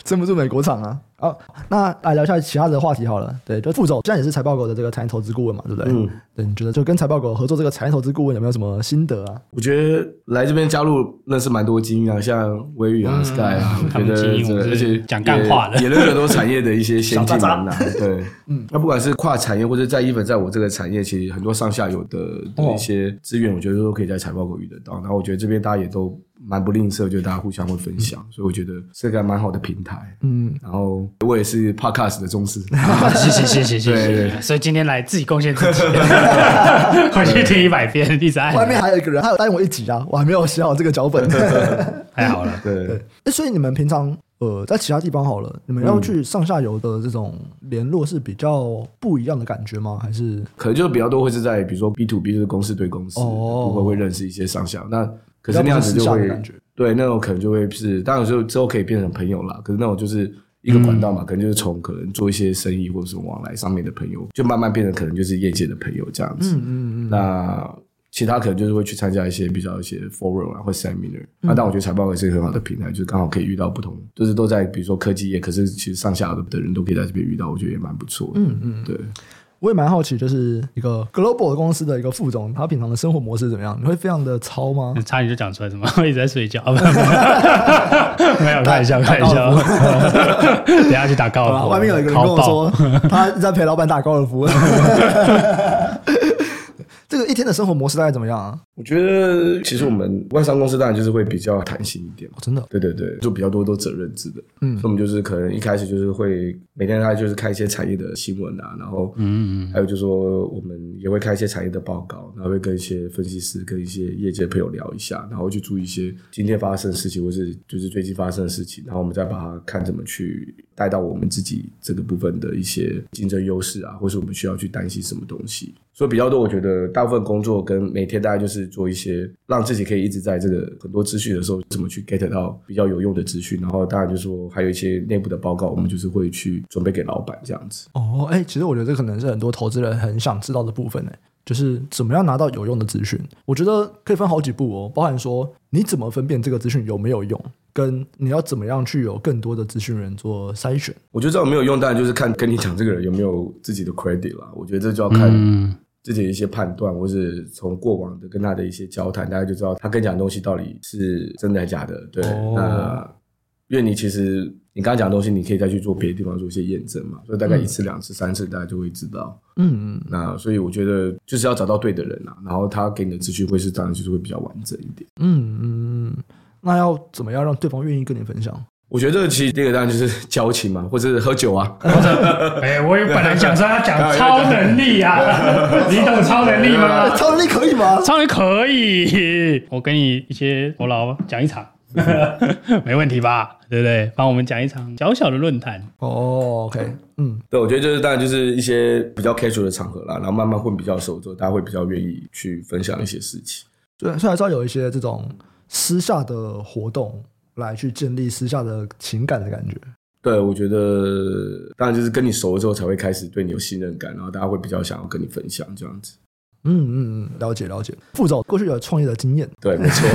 S1: 撑不住美国厂啊。哦，那来聊一下其他的话题好了。对，就副总现在也是财报狗的这个产业投资顾问嘛，对不对？嗯。对，你觉得就跟财报狗合作这个产业投资顾问有没有什么心得啊？
S5: 我觉得来这边加入认识蛮多精英啊，像微宇啊、Sky 啊，我
S3: 嗯他
S5: 觉
S3: 们
S5: 得
S3: 精英
S5: 这
S3: 我们
S5: 而
S3: 是
S5: 且
S3: 讲干话的
S5: 也也认识很多产业的一些 先进
S1: 小渣
S5: 人啊。对，嗯，那不管是跨产业或者在一本在我这个产业，其实很多上下游的
S3: 哦
S5: 的一些资源，我觉得都可以在财报狗遇得到。然后我觉得这边大家也都蛮不吝啬，就大家互相会分享，
S3: 嗯
S5: 所以我觉得是个蛮好的平台。
S1: 嗯，
S5: 然后我也是 podcast 的忠实，
S3: 啊谢谢谢谢谢
S5: 对
S3: 谢，所以今天来自己贡献自 己，回去听一百遍，一直按，
S1: 外面还有一个人，他有答应我一集啊，我还没有写好这个脚本。
S3: 太好 了。
S5: 对，
S1: 欸、所以你们平常呃在其他地方好了，你们要去上下游的这种联络是比较不一样的感觉吗？还是
S5: 可能就是比较多会是在比如说 B to B 就是公司对公司，
S1: 哦
S5: 不会会认识一些上下。那
S1: 比
S5: 可是
S1: 较
S5: 那
S1: 不
S5: 样
S1: 是
S5: 子
S1: 私
S5: 就
S1: 下的
S5: 会
S1: 感觉？
S5: 对那种可能就会是，当然就之后可以变成朋友啦。可是那种就是一个管道
S1: 嗯
S5: 嘛，可能就是从可能做一些生意或者是往来上面的朋友，就慢慢变成可能就是业界的朋友这样子。
S1: 嗯嗯嗯，
S5: 那其他可能就是会去参加一些比较一些 forum 啊或 seminar，、那
S1: 嗯
S5: 但我觉得财报也是一个很好的平台，就是刚好可以遇到不同，就是都在比如说科技业，可是其实上下游的人都可以在这边遇到，我觉得也蛮不错的。嗯嗯，对。
S1: 我也蛮好奇，就是一个 global 公司的一个副总，他平常的生活模式怎么样？你会非常的糙吗？
S3: 差点就讲出来什么， 一直在睡觉，啊不不没有开玩笑，开玩笑。 等一下去打高
S1: 好
S3: 尔
S1: 吧，
S3: 夫，
S1: 外面有一个人跟我说，他在陪老板打高尔夫。 这个一天的生活模式大概怎么样啊？
S5: 我觉得其实我们外商公司当然就是会比较弹性一点嘛
S1: 哦、真的，
S5: 对对对，就比较多都责任制的，
S1: 嗯
S5: 所以我们就是可能一开始就是会每天大概就是看一些产业的新闻啊，然后嗯，还有就是说我们也会看一些产业的报告，然后会跟一些分析师、跟一些业界朋友聊一下，然后去注意一些今天发生的事情，或是就是最近发生的事情，然后我们再把它看怎么去带到我们自己这个部分的一些竞争优势啊，或是我们需要去担心什么东西。所以比较多，我觉得大部分工作跟每天大概就是做一些让自己可以一直在这个很多资讯的时候，怎么去 get 到比较有用的资讯。然后当然就是说还有一些内部的报告，我们就是会去准备给老板这样子。
S1: 哦，哎、其实我觉得这可能是很多投资人很想知道的部分呢、哎就是怎么样拿到有用的资讯。我觉得可以分好几步哦，包含说你怎么分辨这个资讯有没有用，跟你要怎么样去有更多的资讯人做筛选。
S5: 我觉得这种没有用，当然就是看跟你讲这个人有没有自己的 credit 啦。我觉得这就要看
S3: 嗯，
S5: 自己的一些判断，或是从过往的跟他的一些交谈，大家就知道他跟你讲的东西到底是真的还是假的。对，
S1: 哦
S5: 那因为你其实你刚刚讲的东西，你可以再去做别的地方做一些验证嘛，所以大概一次、两次、三次，大家就会知道。
S1: 嗯
S5: 那所以我觉得就是要找到对的人啊，然后他给你的资讯会是当然就是会比较完整一点。
S1: 嗯嗯嗯嗯，那要怎么样让对方愿意跟你分享？
S5: 我觉得其实第一个当然就是 交情嘛，或者是喝酒啊，
S3: 哎，我本来想说要讲超能力 啊，你懂超能力吗？
S1: 超能力可以吗？
S3: 超能力可 以，我给你一些酬劳，讲一 场，没问题吧？对不对？帮我们讲一场小小的论坛，
S1: 哦，OK，嗯，
S5: 对，我觉得就是当然就是一些比较 casual 的场合啦，然后慢慢混比较熟之后，大家会比较愿意去分享一些事情。
S1: 所以所以还是要有一些这种私下的活动来去建立私下的情感的感觉。
S5: 对，我觉得当然就是跟你熟了之后才会开始对你有信任感，然后大家会比较想要跟你分享这样子。
S1: 嗯嗯嗯，了解了解。副总过去有创业的经验，
S5: 对，没 错，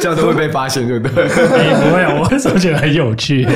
S5: 这样都会被发现，对不对？
S3: 哎不会，我总觉得很有 趣。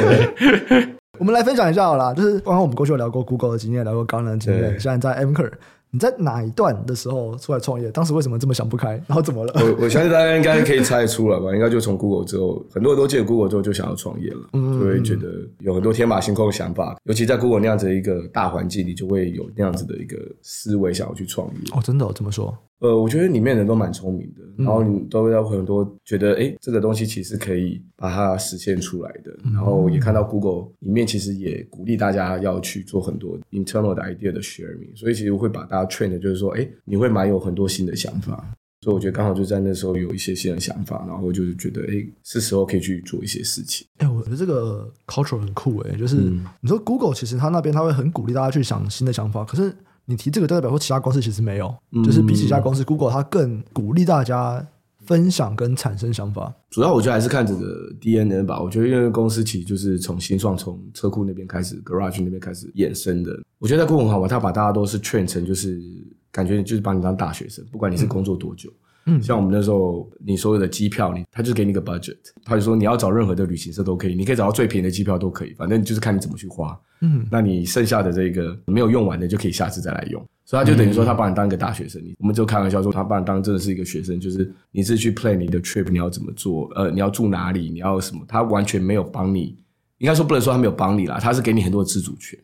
S1: 我们来分享一下好啦。就是刚刚我们过去有聊过 Google 的经验，聊过刚的经验，
S5: 对
S1: 现在在 Mker，你在哪一段的时候出来创业？当时为什么这么想不开？然后怎么了？
S5: 我我相信大家应该可以猜得出来吧？应该就从 Google 之后，很多人都借 Google 之后就想要创业了，
S1: 嗯
S5: 就会觉得有很多天马行空的想法，尤其在 Google 那样子的一个大环境里，就会有那样子的一个思维想要去创业。
S1: 哦，真的、哦、这么说？
S5: 呃，我觉得里面人都蛮聪明的，然后你都会有很多觉得，哎，这个东西其实可以把它实现出来的。然后也看到 Google 里面其实也鼓励大家要去做很多 internal 的 idea 的 sharing，所以其实会把大家 train 的就是说，哎，你会蛮有很多新的想法。所以我觉得刚好就在那时候有一些新的想法，然后就是觉得，哎，是时候可以去做一些事情。
S1: 哎、我觉得这个 culture 很酷哎、就是、
S5: 嗯
S1: 你说 Google 其实它那边它会很鼓励大家去想新的想法，可是你提这个就代表说其他公司其实没有，
S5: 嗯
S1: 就是比起其他公司，Google 它更鼓励大家分享跟产生想法。
S5: 主要我觉得还是看整个 DNA 吧。我觉得因为公司其实就是从新创从车库那边开始，garage 那边开始衍生的。我觉得在过很好玩，他把大家都是劝成就是感觉就是把你当大学生，不管你是工作多久。
S1: 嗯
S5: 像我们那时候，你所有的机票，你他就给你一个 budget，他就说你要找任何的旅行社都可以，你可以找到最便宜的机票都可以，反正就是看你怎么去花。
S1: 嗯，
S5: 那你剩下的这个没有用完的，就可以下次再来用。所以他就等于说，他把你当一个大学生，你我们就开玩笑说，他把你当真的是一个学生，就是你自己去 plan 你的 trip，你要怎么做，呃，你要住哪里，你要什么，他完全没有帮你，应该说不能说他没有帮你啦，他是给你很多的自主权，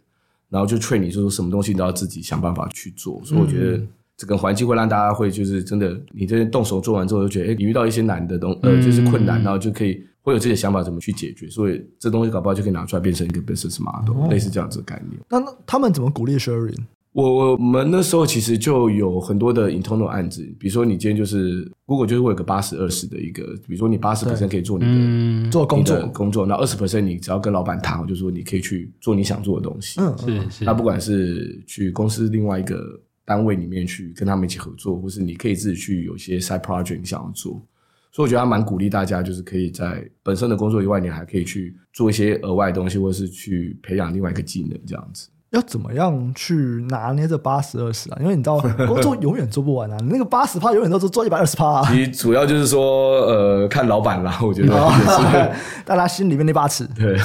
S5: 然后就 train 你说什么东西你都要自己想办法去做。所以我觉得整个环境会让大家会就是真的，你这些动手做完之后就觉得，哎，你遇到一些难的东，呃，就是困难，然后就可以会有自己的想法怎么去解决，所以这东西搞不好就可以拿出来变成一个 business
S1: 哦
S5: model，、类似这样子的概念。
S1: 那那他们怎么鼓励 sharing？
S5: 我我们那时候其实就有很多的 internal 案子，比如说你今天就是 Google 就是会有个八十二十的一个，比如说你八十 percent 可以做你的、
S3: 嗯，
S1: 做工作
S5: 你的工作，那二十 percent 你只要跟老板谈好，就是说你可以去做你想做的东西。
S1: 嗯，
S3: 是是
S5: 那，不管是去公司另外一个单位里面去跟他们一起合作，或是你可以自己去有一些 side project 你想要做。所以我觉得他蛮鼓励大家，就是可以在本身的工作以外，你还可以去做一些额外的东西，或是去培养另外一个技能这样子。
S1: 要怎么样去拿捏这八十二十啊？因为你知道工 作永远做不完啊，你那个八十趴永远都是做一百二十趴啊。
S5: 其实主要就是说，呃，看老板啦，我觉得也 是。
S1: 大家心里面那把尺。
S5: 对，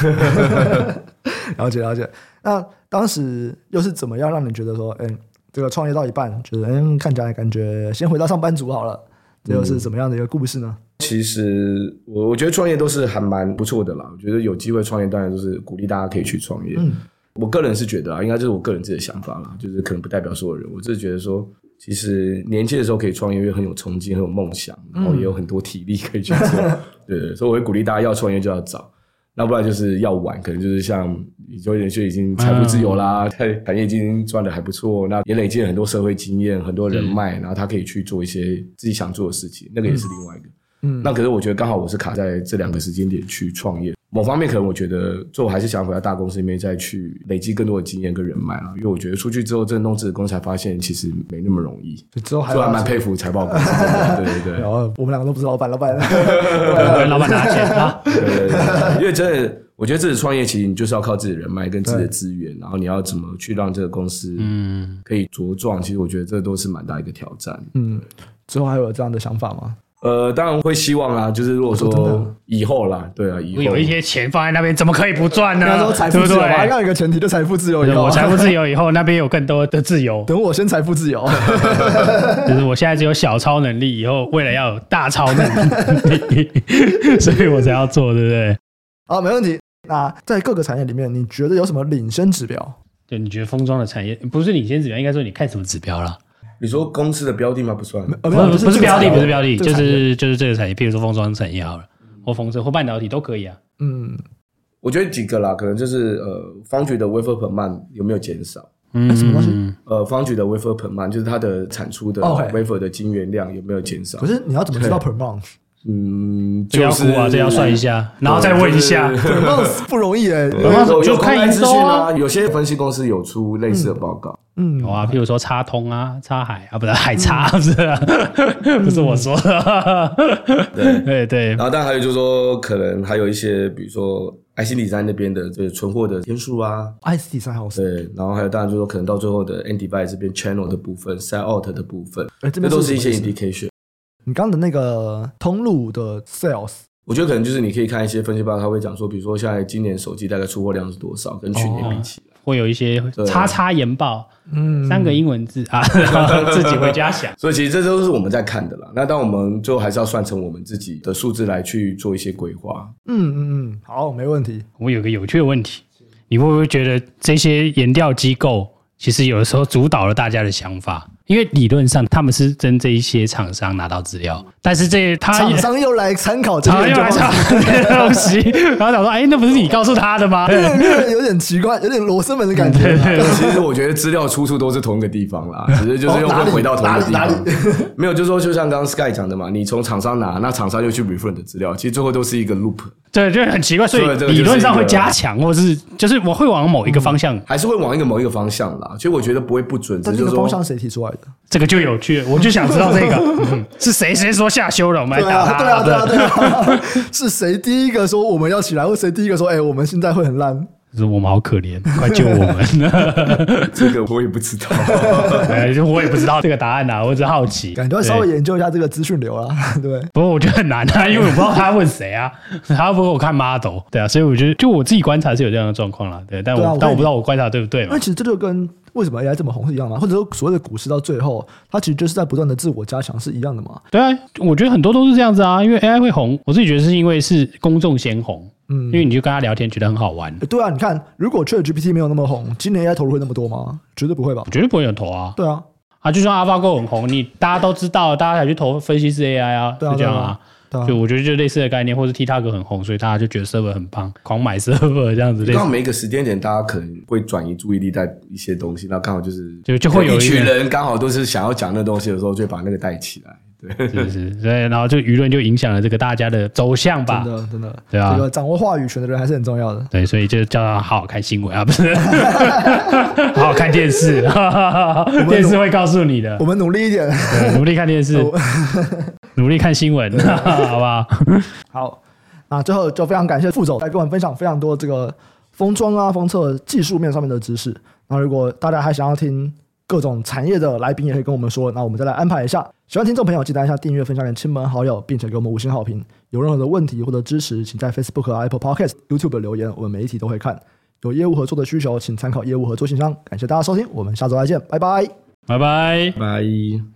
S1: 了解了解。那当时又是怎么样让你觉得说，嗯，这个创业到一半，觉得嗯，看起来感觉先回到上班族好了，这又
S3: 嗯
S1: 是怎么样的一个故事呢？
S5: 其实我我觉得创业都是还蛮不错的啦。我觉得有机会创业，当然就是鼓励大家可以去创业。
S1: 嗯
S5: 我个人是觉得啊，应该就是我个人自己的想法啦，就是可能不代表所有人。我只是觉得说，其实年轻的时候可以创业，因为很有冲劲，很有梦想，然后也有很多体力可以去做。对对，所以我会鼓励大家要创业就要早。那不然就是要晚，可能就是像你就人就已经财富自由啦，在产业已经赚的还不错，那也累积了很多社会经验、很多人脉，然后他可以去做一些自己想做的事情，那个也是另外一个。
S1: 嗯
S5: 那可是我觉得刚好我是卡在这两个时间点去创业，某方面可能我觉得最后还是想回到大公司里面再去累积更多的经验跟人脉啊啦，因为我觉得出去之后真的弄自己的工才发现其实没那么容易，
S1: 就之后还
S5: 所以我还蛮
S1: 配。
S5: 佩服财报公司的，对对 对
S1: 然。后哦我们两个都不是老板，老板
S3: 老板拿钱 啊，
S5: 对对对，因为真的，我觉得自己创业其实你就是要靠自己的人脉跟自己的资源，然后你要怎么去让这个公司
S3: 嗯，
S5: 可以茁壮，其实我觉得这都是蛮大一个挑战。
S1: 嗯，之后还有这样的想法吗？
S5: 呃，当然会希望啦，就是如果
S1: 真的
S5: 说
S1: 啊
S5: 以后啦，对啊，以后
S3: 哦我有一些钱放在那边，怎么可以不赚
S1: 那时
S3: 呢
S1: 候？财
S3: 对
S1: 富
S3: 不
S1: 自由啊嘛，
S3: 对？
S1: 要有一个前提，就财富自由以
S3: 对
S1: 后
S3: 我
S1: 啊，
S3: 财富自由以后，那边有更多的自由。
S1: 等我先财富 自由。
S3: 就是我现在只有小超能力，以后为了要有大超能力， 所以我才要做，对不对？
S1: 好，没问题。那在各个产业里面，你觉得有什么领先指标？
S3: 就你觉得封装的产业不是领先指标，应该说你看什么指标啦？
S5: 你说公司的标的吗？不算，
S1: 呃，
S3: 不
S1: 没有
S3: 是不是标的，不是标的，
S1: 这个
S3: 就
S1: 产业
S3: 是就是这个产业，譬如说封装产业好了，或封测或半导体都可以啊。
S1: 嗯，
S5: 我觉得几个啦，可能就是呃，方局的 wafer per man 有没有减少？
S3: 嗯，
S1: 什么东西
S5: 呃，方局的 wafer per man 就是它的产出的
S1: 哦嘿
S5: wafer 的晶圆量有没有减 少？
S1: 可是你要怎么知道 per month？
S5: 嗯，
S3: 这个
S5: 就
S3: 要
S5: 是
S3: 估啊，这个要算一下，然后再问一下。
S5: 就是
S1: 对那是不容易哎、
S5: 有
S3: 然后
S5: 有
S3: 就
S5: 有
S3: 看
S5: 公开
S3: 营
S5: 资
S3: 收
S5: 讯
S3: 啊
S5: 啊，有些分析公司有出类似的报告。
S1: 嗯
S3: 有，啊，譬如说插通啊、插海啊，不是海插，不是啊，不是我说
S1: 嗯
S3: 的。
S5: 对
S3: 对对
S1: 啊
S5: 然，后，但还有就是说，可能还有一些，比如说爱心理三那边的这个存货的天数啊，
S1: ，IC 第三好是，
S5: 对，然后还有当然就是说，可能到最后的 end by 这边 channel 的部分、set out 的部分，
S1: 哎、这
S5: 这
S1: 边
S5: 都
S1: 是
S5: 是一些
S1: 什么意思
S5: indication。
S1: 你刚刚的那个通路的 sales，
S5: 我觉得可能就是你可以看一些分析报告，他会讲说，比如说现在今年手机大概出货量是多少，跟去年比起来。
S1: 哦
S3: 会有一些
S5: 对
S3: 叉叉研报，
S1: 嗯，
S3: 三个英文字啊， 然后自己回家想。
S5: 所以其实这都是我们在看的啦。那当我们最后还是要算成我们自己的数字来去做一些规划。
S1: 嗯嗯嗯，好，没问题。
S3: 我有个有趣的问题，你会不会觉得这些研调机构其实有的时候主导了大家的想法？因为理论上他们是跟这一些厂商拿到资料，但是这他
S1: 厂商又来参考这
S3: 厂
S1: 个
S3: 商
S1: 研
S3: 又
S1: 究方
S3: 来查
S1: 式，
S3: 这个东西，然后想说，哎，那不是你告诉他的吗？
S1: 这个有点奇怪，有点罗生门的感觉啊。
S5: 其实我觉得资料出处都是同一个地方啦，只是就是又会回到同一个地
S1: 哦哪里
S5: 方。 没有，就是说就像刚刚 Sky 讲的嘛，你从厂商拿，那厂商又去 refer 你的资料，其实最后都是一个 loop，
S3: 对，就很奇怪，所以
S5: 所以这个就是
S3: 理论上
S5: 一
S3: 会
S5: 个
S3: 加强，或是就是我会往某一个方向，
S5: 还是会往一个某一个方向啦。其实我觉得不会不准，只
S1: 但
S5: 是
S1: 这
S5: 就是
S1: 个方
S5: 说
S1: 向谁提出来的？
S3: 这个就有趣了，我就想知道这 个嗯是谁谁说下修了，我们来
S1: 对
S3: 打
S1: 啊，
S3: 他。
S1: 对啊，对啊，对啊， 是谁第一个说我们要起来，或谁第一个说哎，我们现在会很烂？
S3: 就是我们好可怜，快救我们！
S5: 这个我也不知道。
S3: 哎就我也不知道这个答案 啊，我只是好奇。
S1: 感觉要稍微
S3: 对
S1: 研究一下这个资讯流啦，对。
S3: 不过我觉得很难 啊，因为我不知道他问谁啊， 他不给我看 model，对啊，所以我觉得就我自己观察是有这样的状况啦，对，但我、
S1: 对啊我嗯
S3: 但
S1: 跟你
S3: 我不知道我观察对不对
S1: 因
S3: 嘛
S1: 为，其实这就跟为什么 AI 这么红是一样嘛，或者说所谓的股市到最后，它其实就是在不断的自我加强是一样的嘛。
S3: 对啊，我觉得很多都是这样子啊，因为 AI 会红，我自己觉得是因为是公众先红，嗯，因为你就跟他聊天觉得很好玩，
S1: 诶对啊，你看，如果 ChatGPT 没有那么红，今年 AI 投入会那么多吗？绝对不会吧
S3: 我？绝对不会有人投啊，
S1: 对啊，
S3: 啊，就算 AlphaGo 很红，你大家都知道，大家才去投分析师 AI 啊，
S1: 对啊
S3: 就这样
S1: 对
S3: 啊。
S1: 啊
S3: 就我觉得就类似的概念，或是 TikTok 很红，所以大家就觉得 server 很棒，狂买 server 这样子类
S5: 刚好
S3: 似。
S5: 每一个时间点，大家可能会转移注意力在一些东西，那刚好就是
S3: 就就会有一
S5: 一
S3: 个
S5: 群人刚好都是想要讲那东西的时候，就会把那个带起来。对，
S3: 是是，所以然后就舆论就影响了这个大家的走向吧
S1: 真。的真的，
S3: 对啊
S1: 这个掌握话语权的人还是很重要的。
S3: 对，所以就叫他好好看新闻啊，不是好好看电视，电视会告诉你的
S1: 我。们努力一点。
S3: 对努力看电视，努力看新闻， 好不好？
S1: 好，那最后就非常感谢副总来跟我们分享非常多这个封装啊、封测技术面上面的知识。那如果大家还想要听各种产业的来宾，也可以跟我们说，那我们再来安排一下。喜欢听众朋友，记得按下订阅、分享给亲朋好友，并且给我们五星好评。有任何的问题或者支持，请在 Facebook 和 Apple Podcast、YouTube 留言，我们每一题都会看。有业务合作的需求，请参考业务合作信箱。感谢大家收听，我们下周再见，拜拜。
S3: 拜拜。
S5: 拜。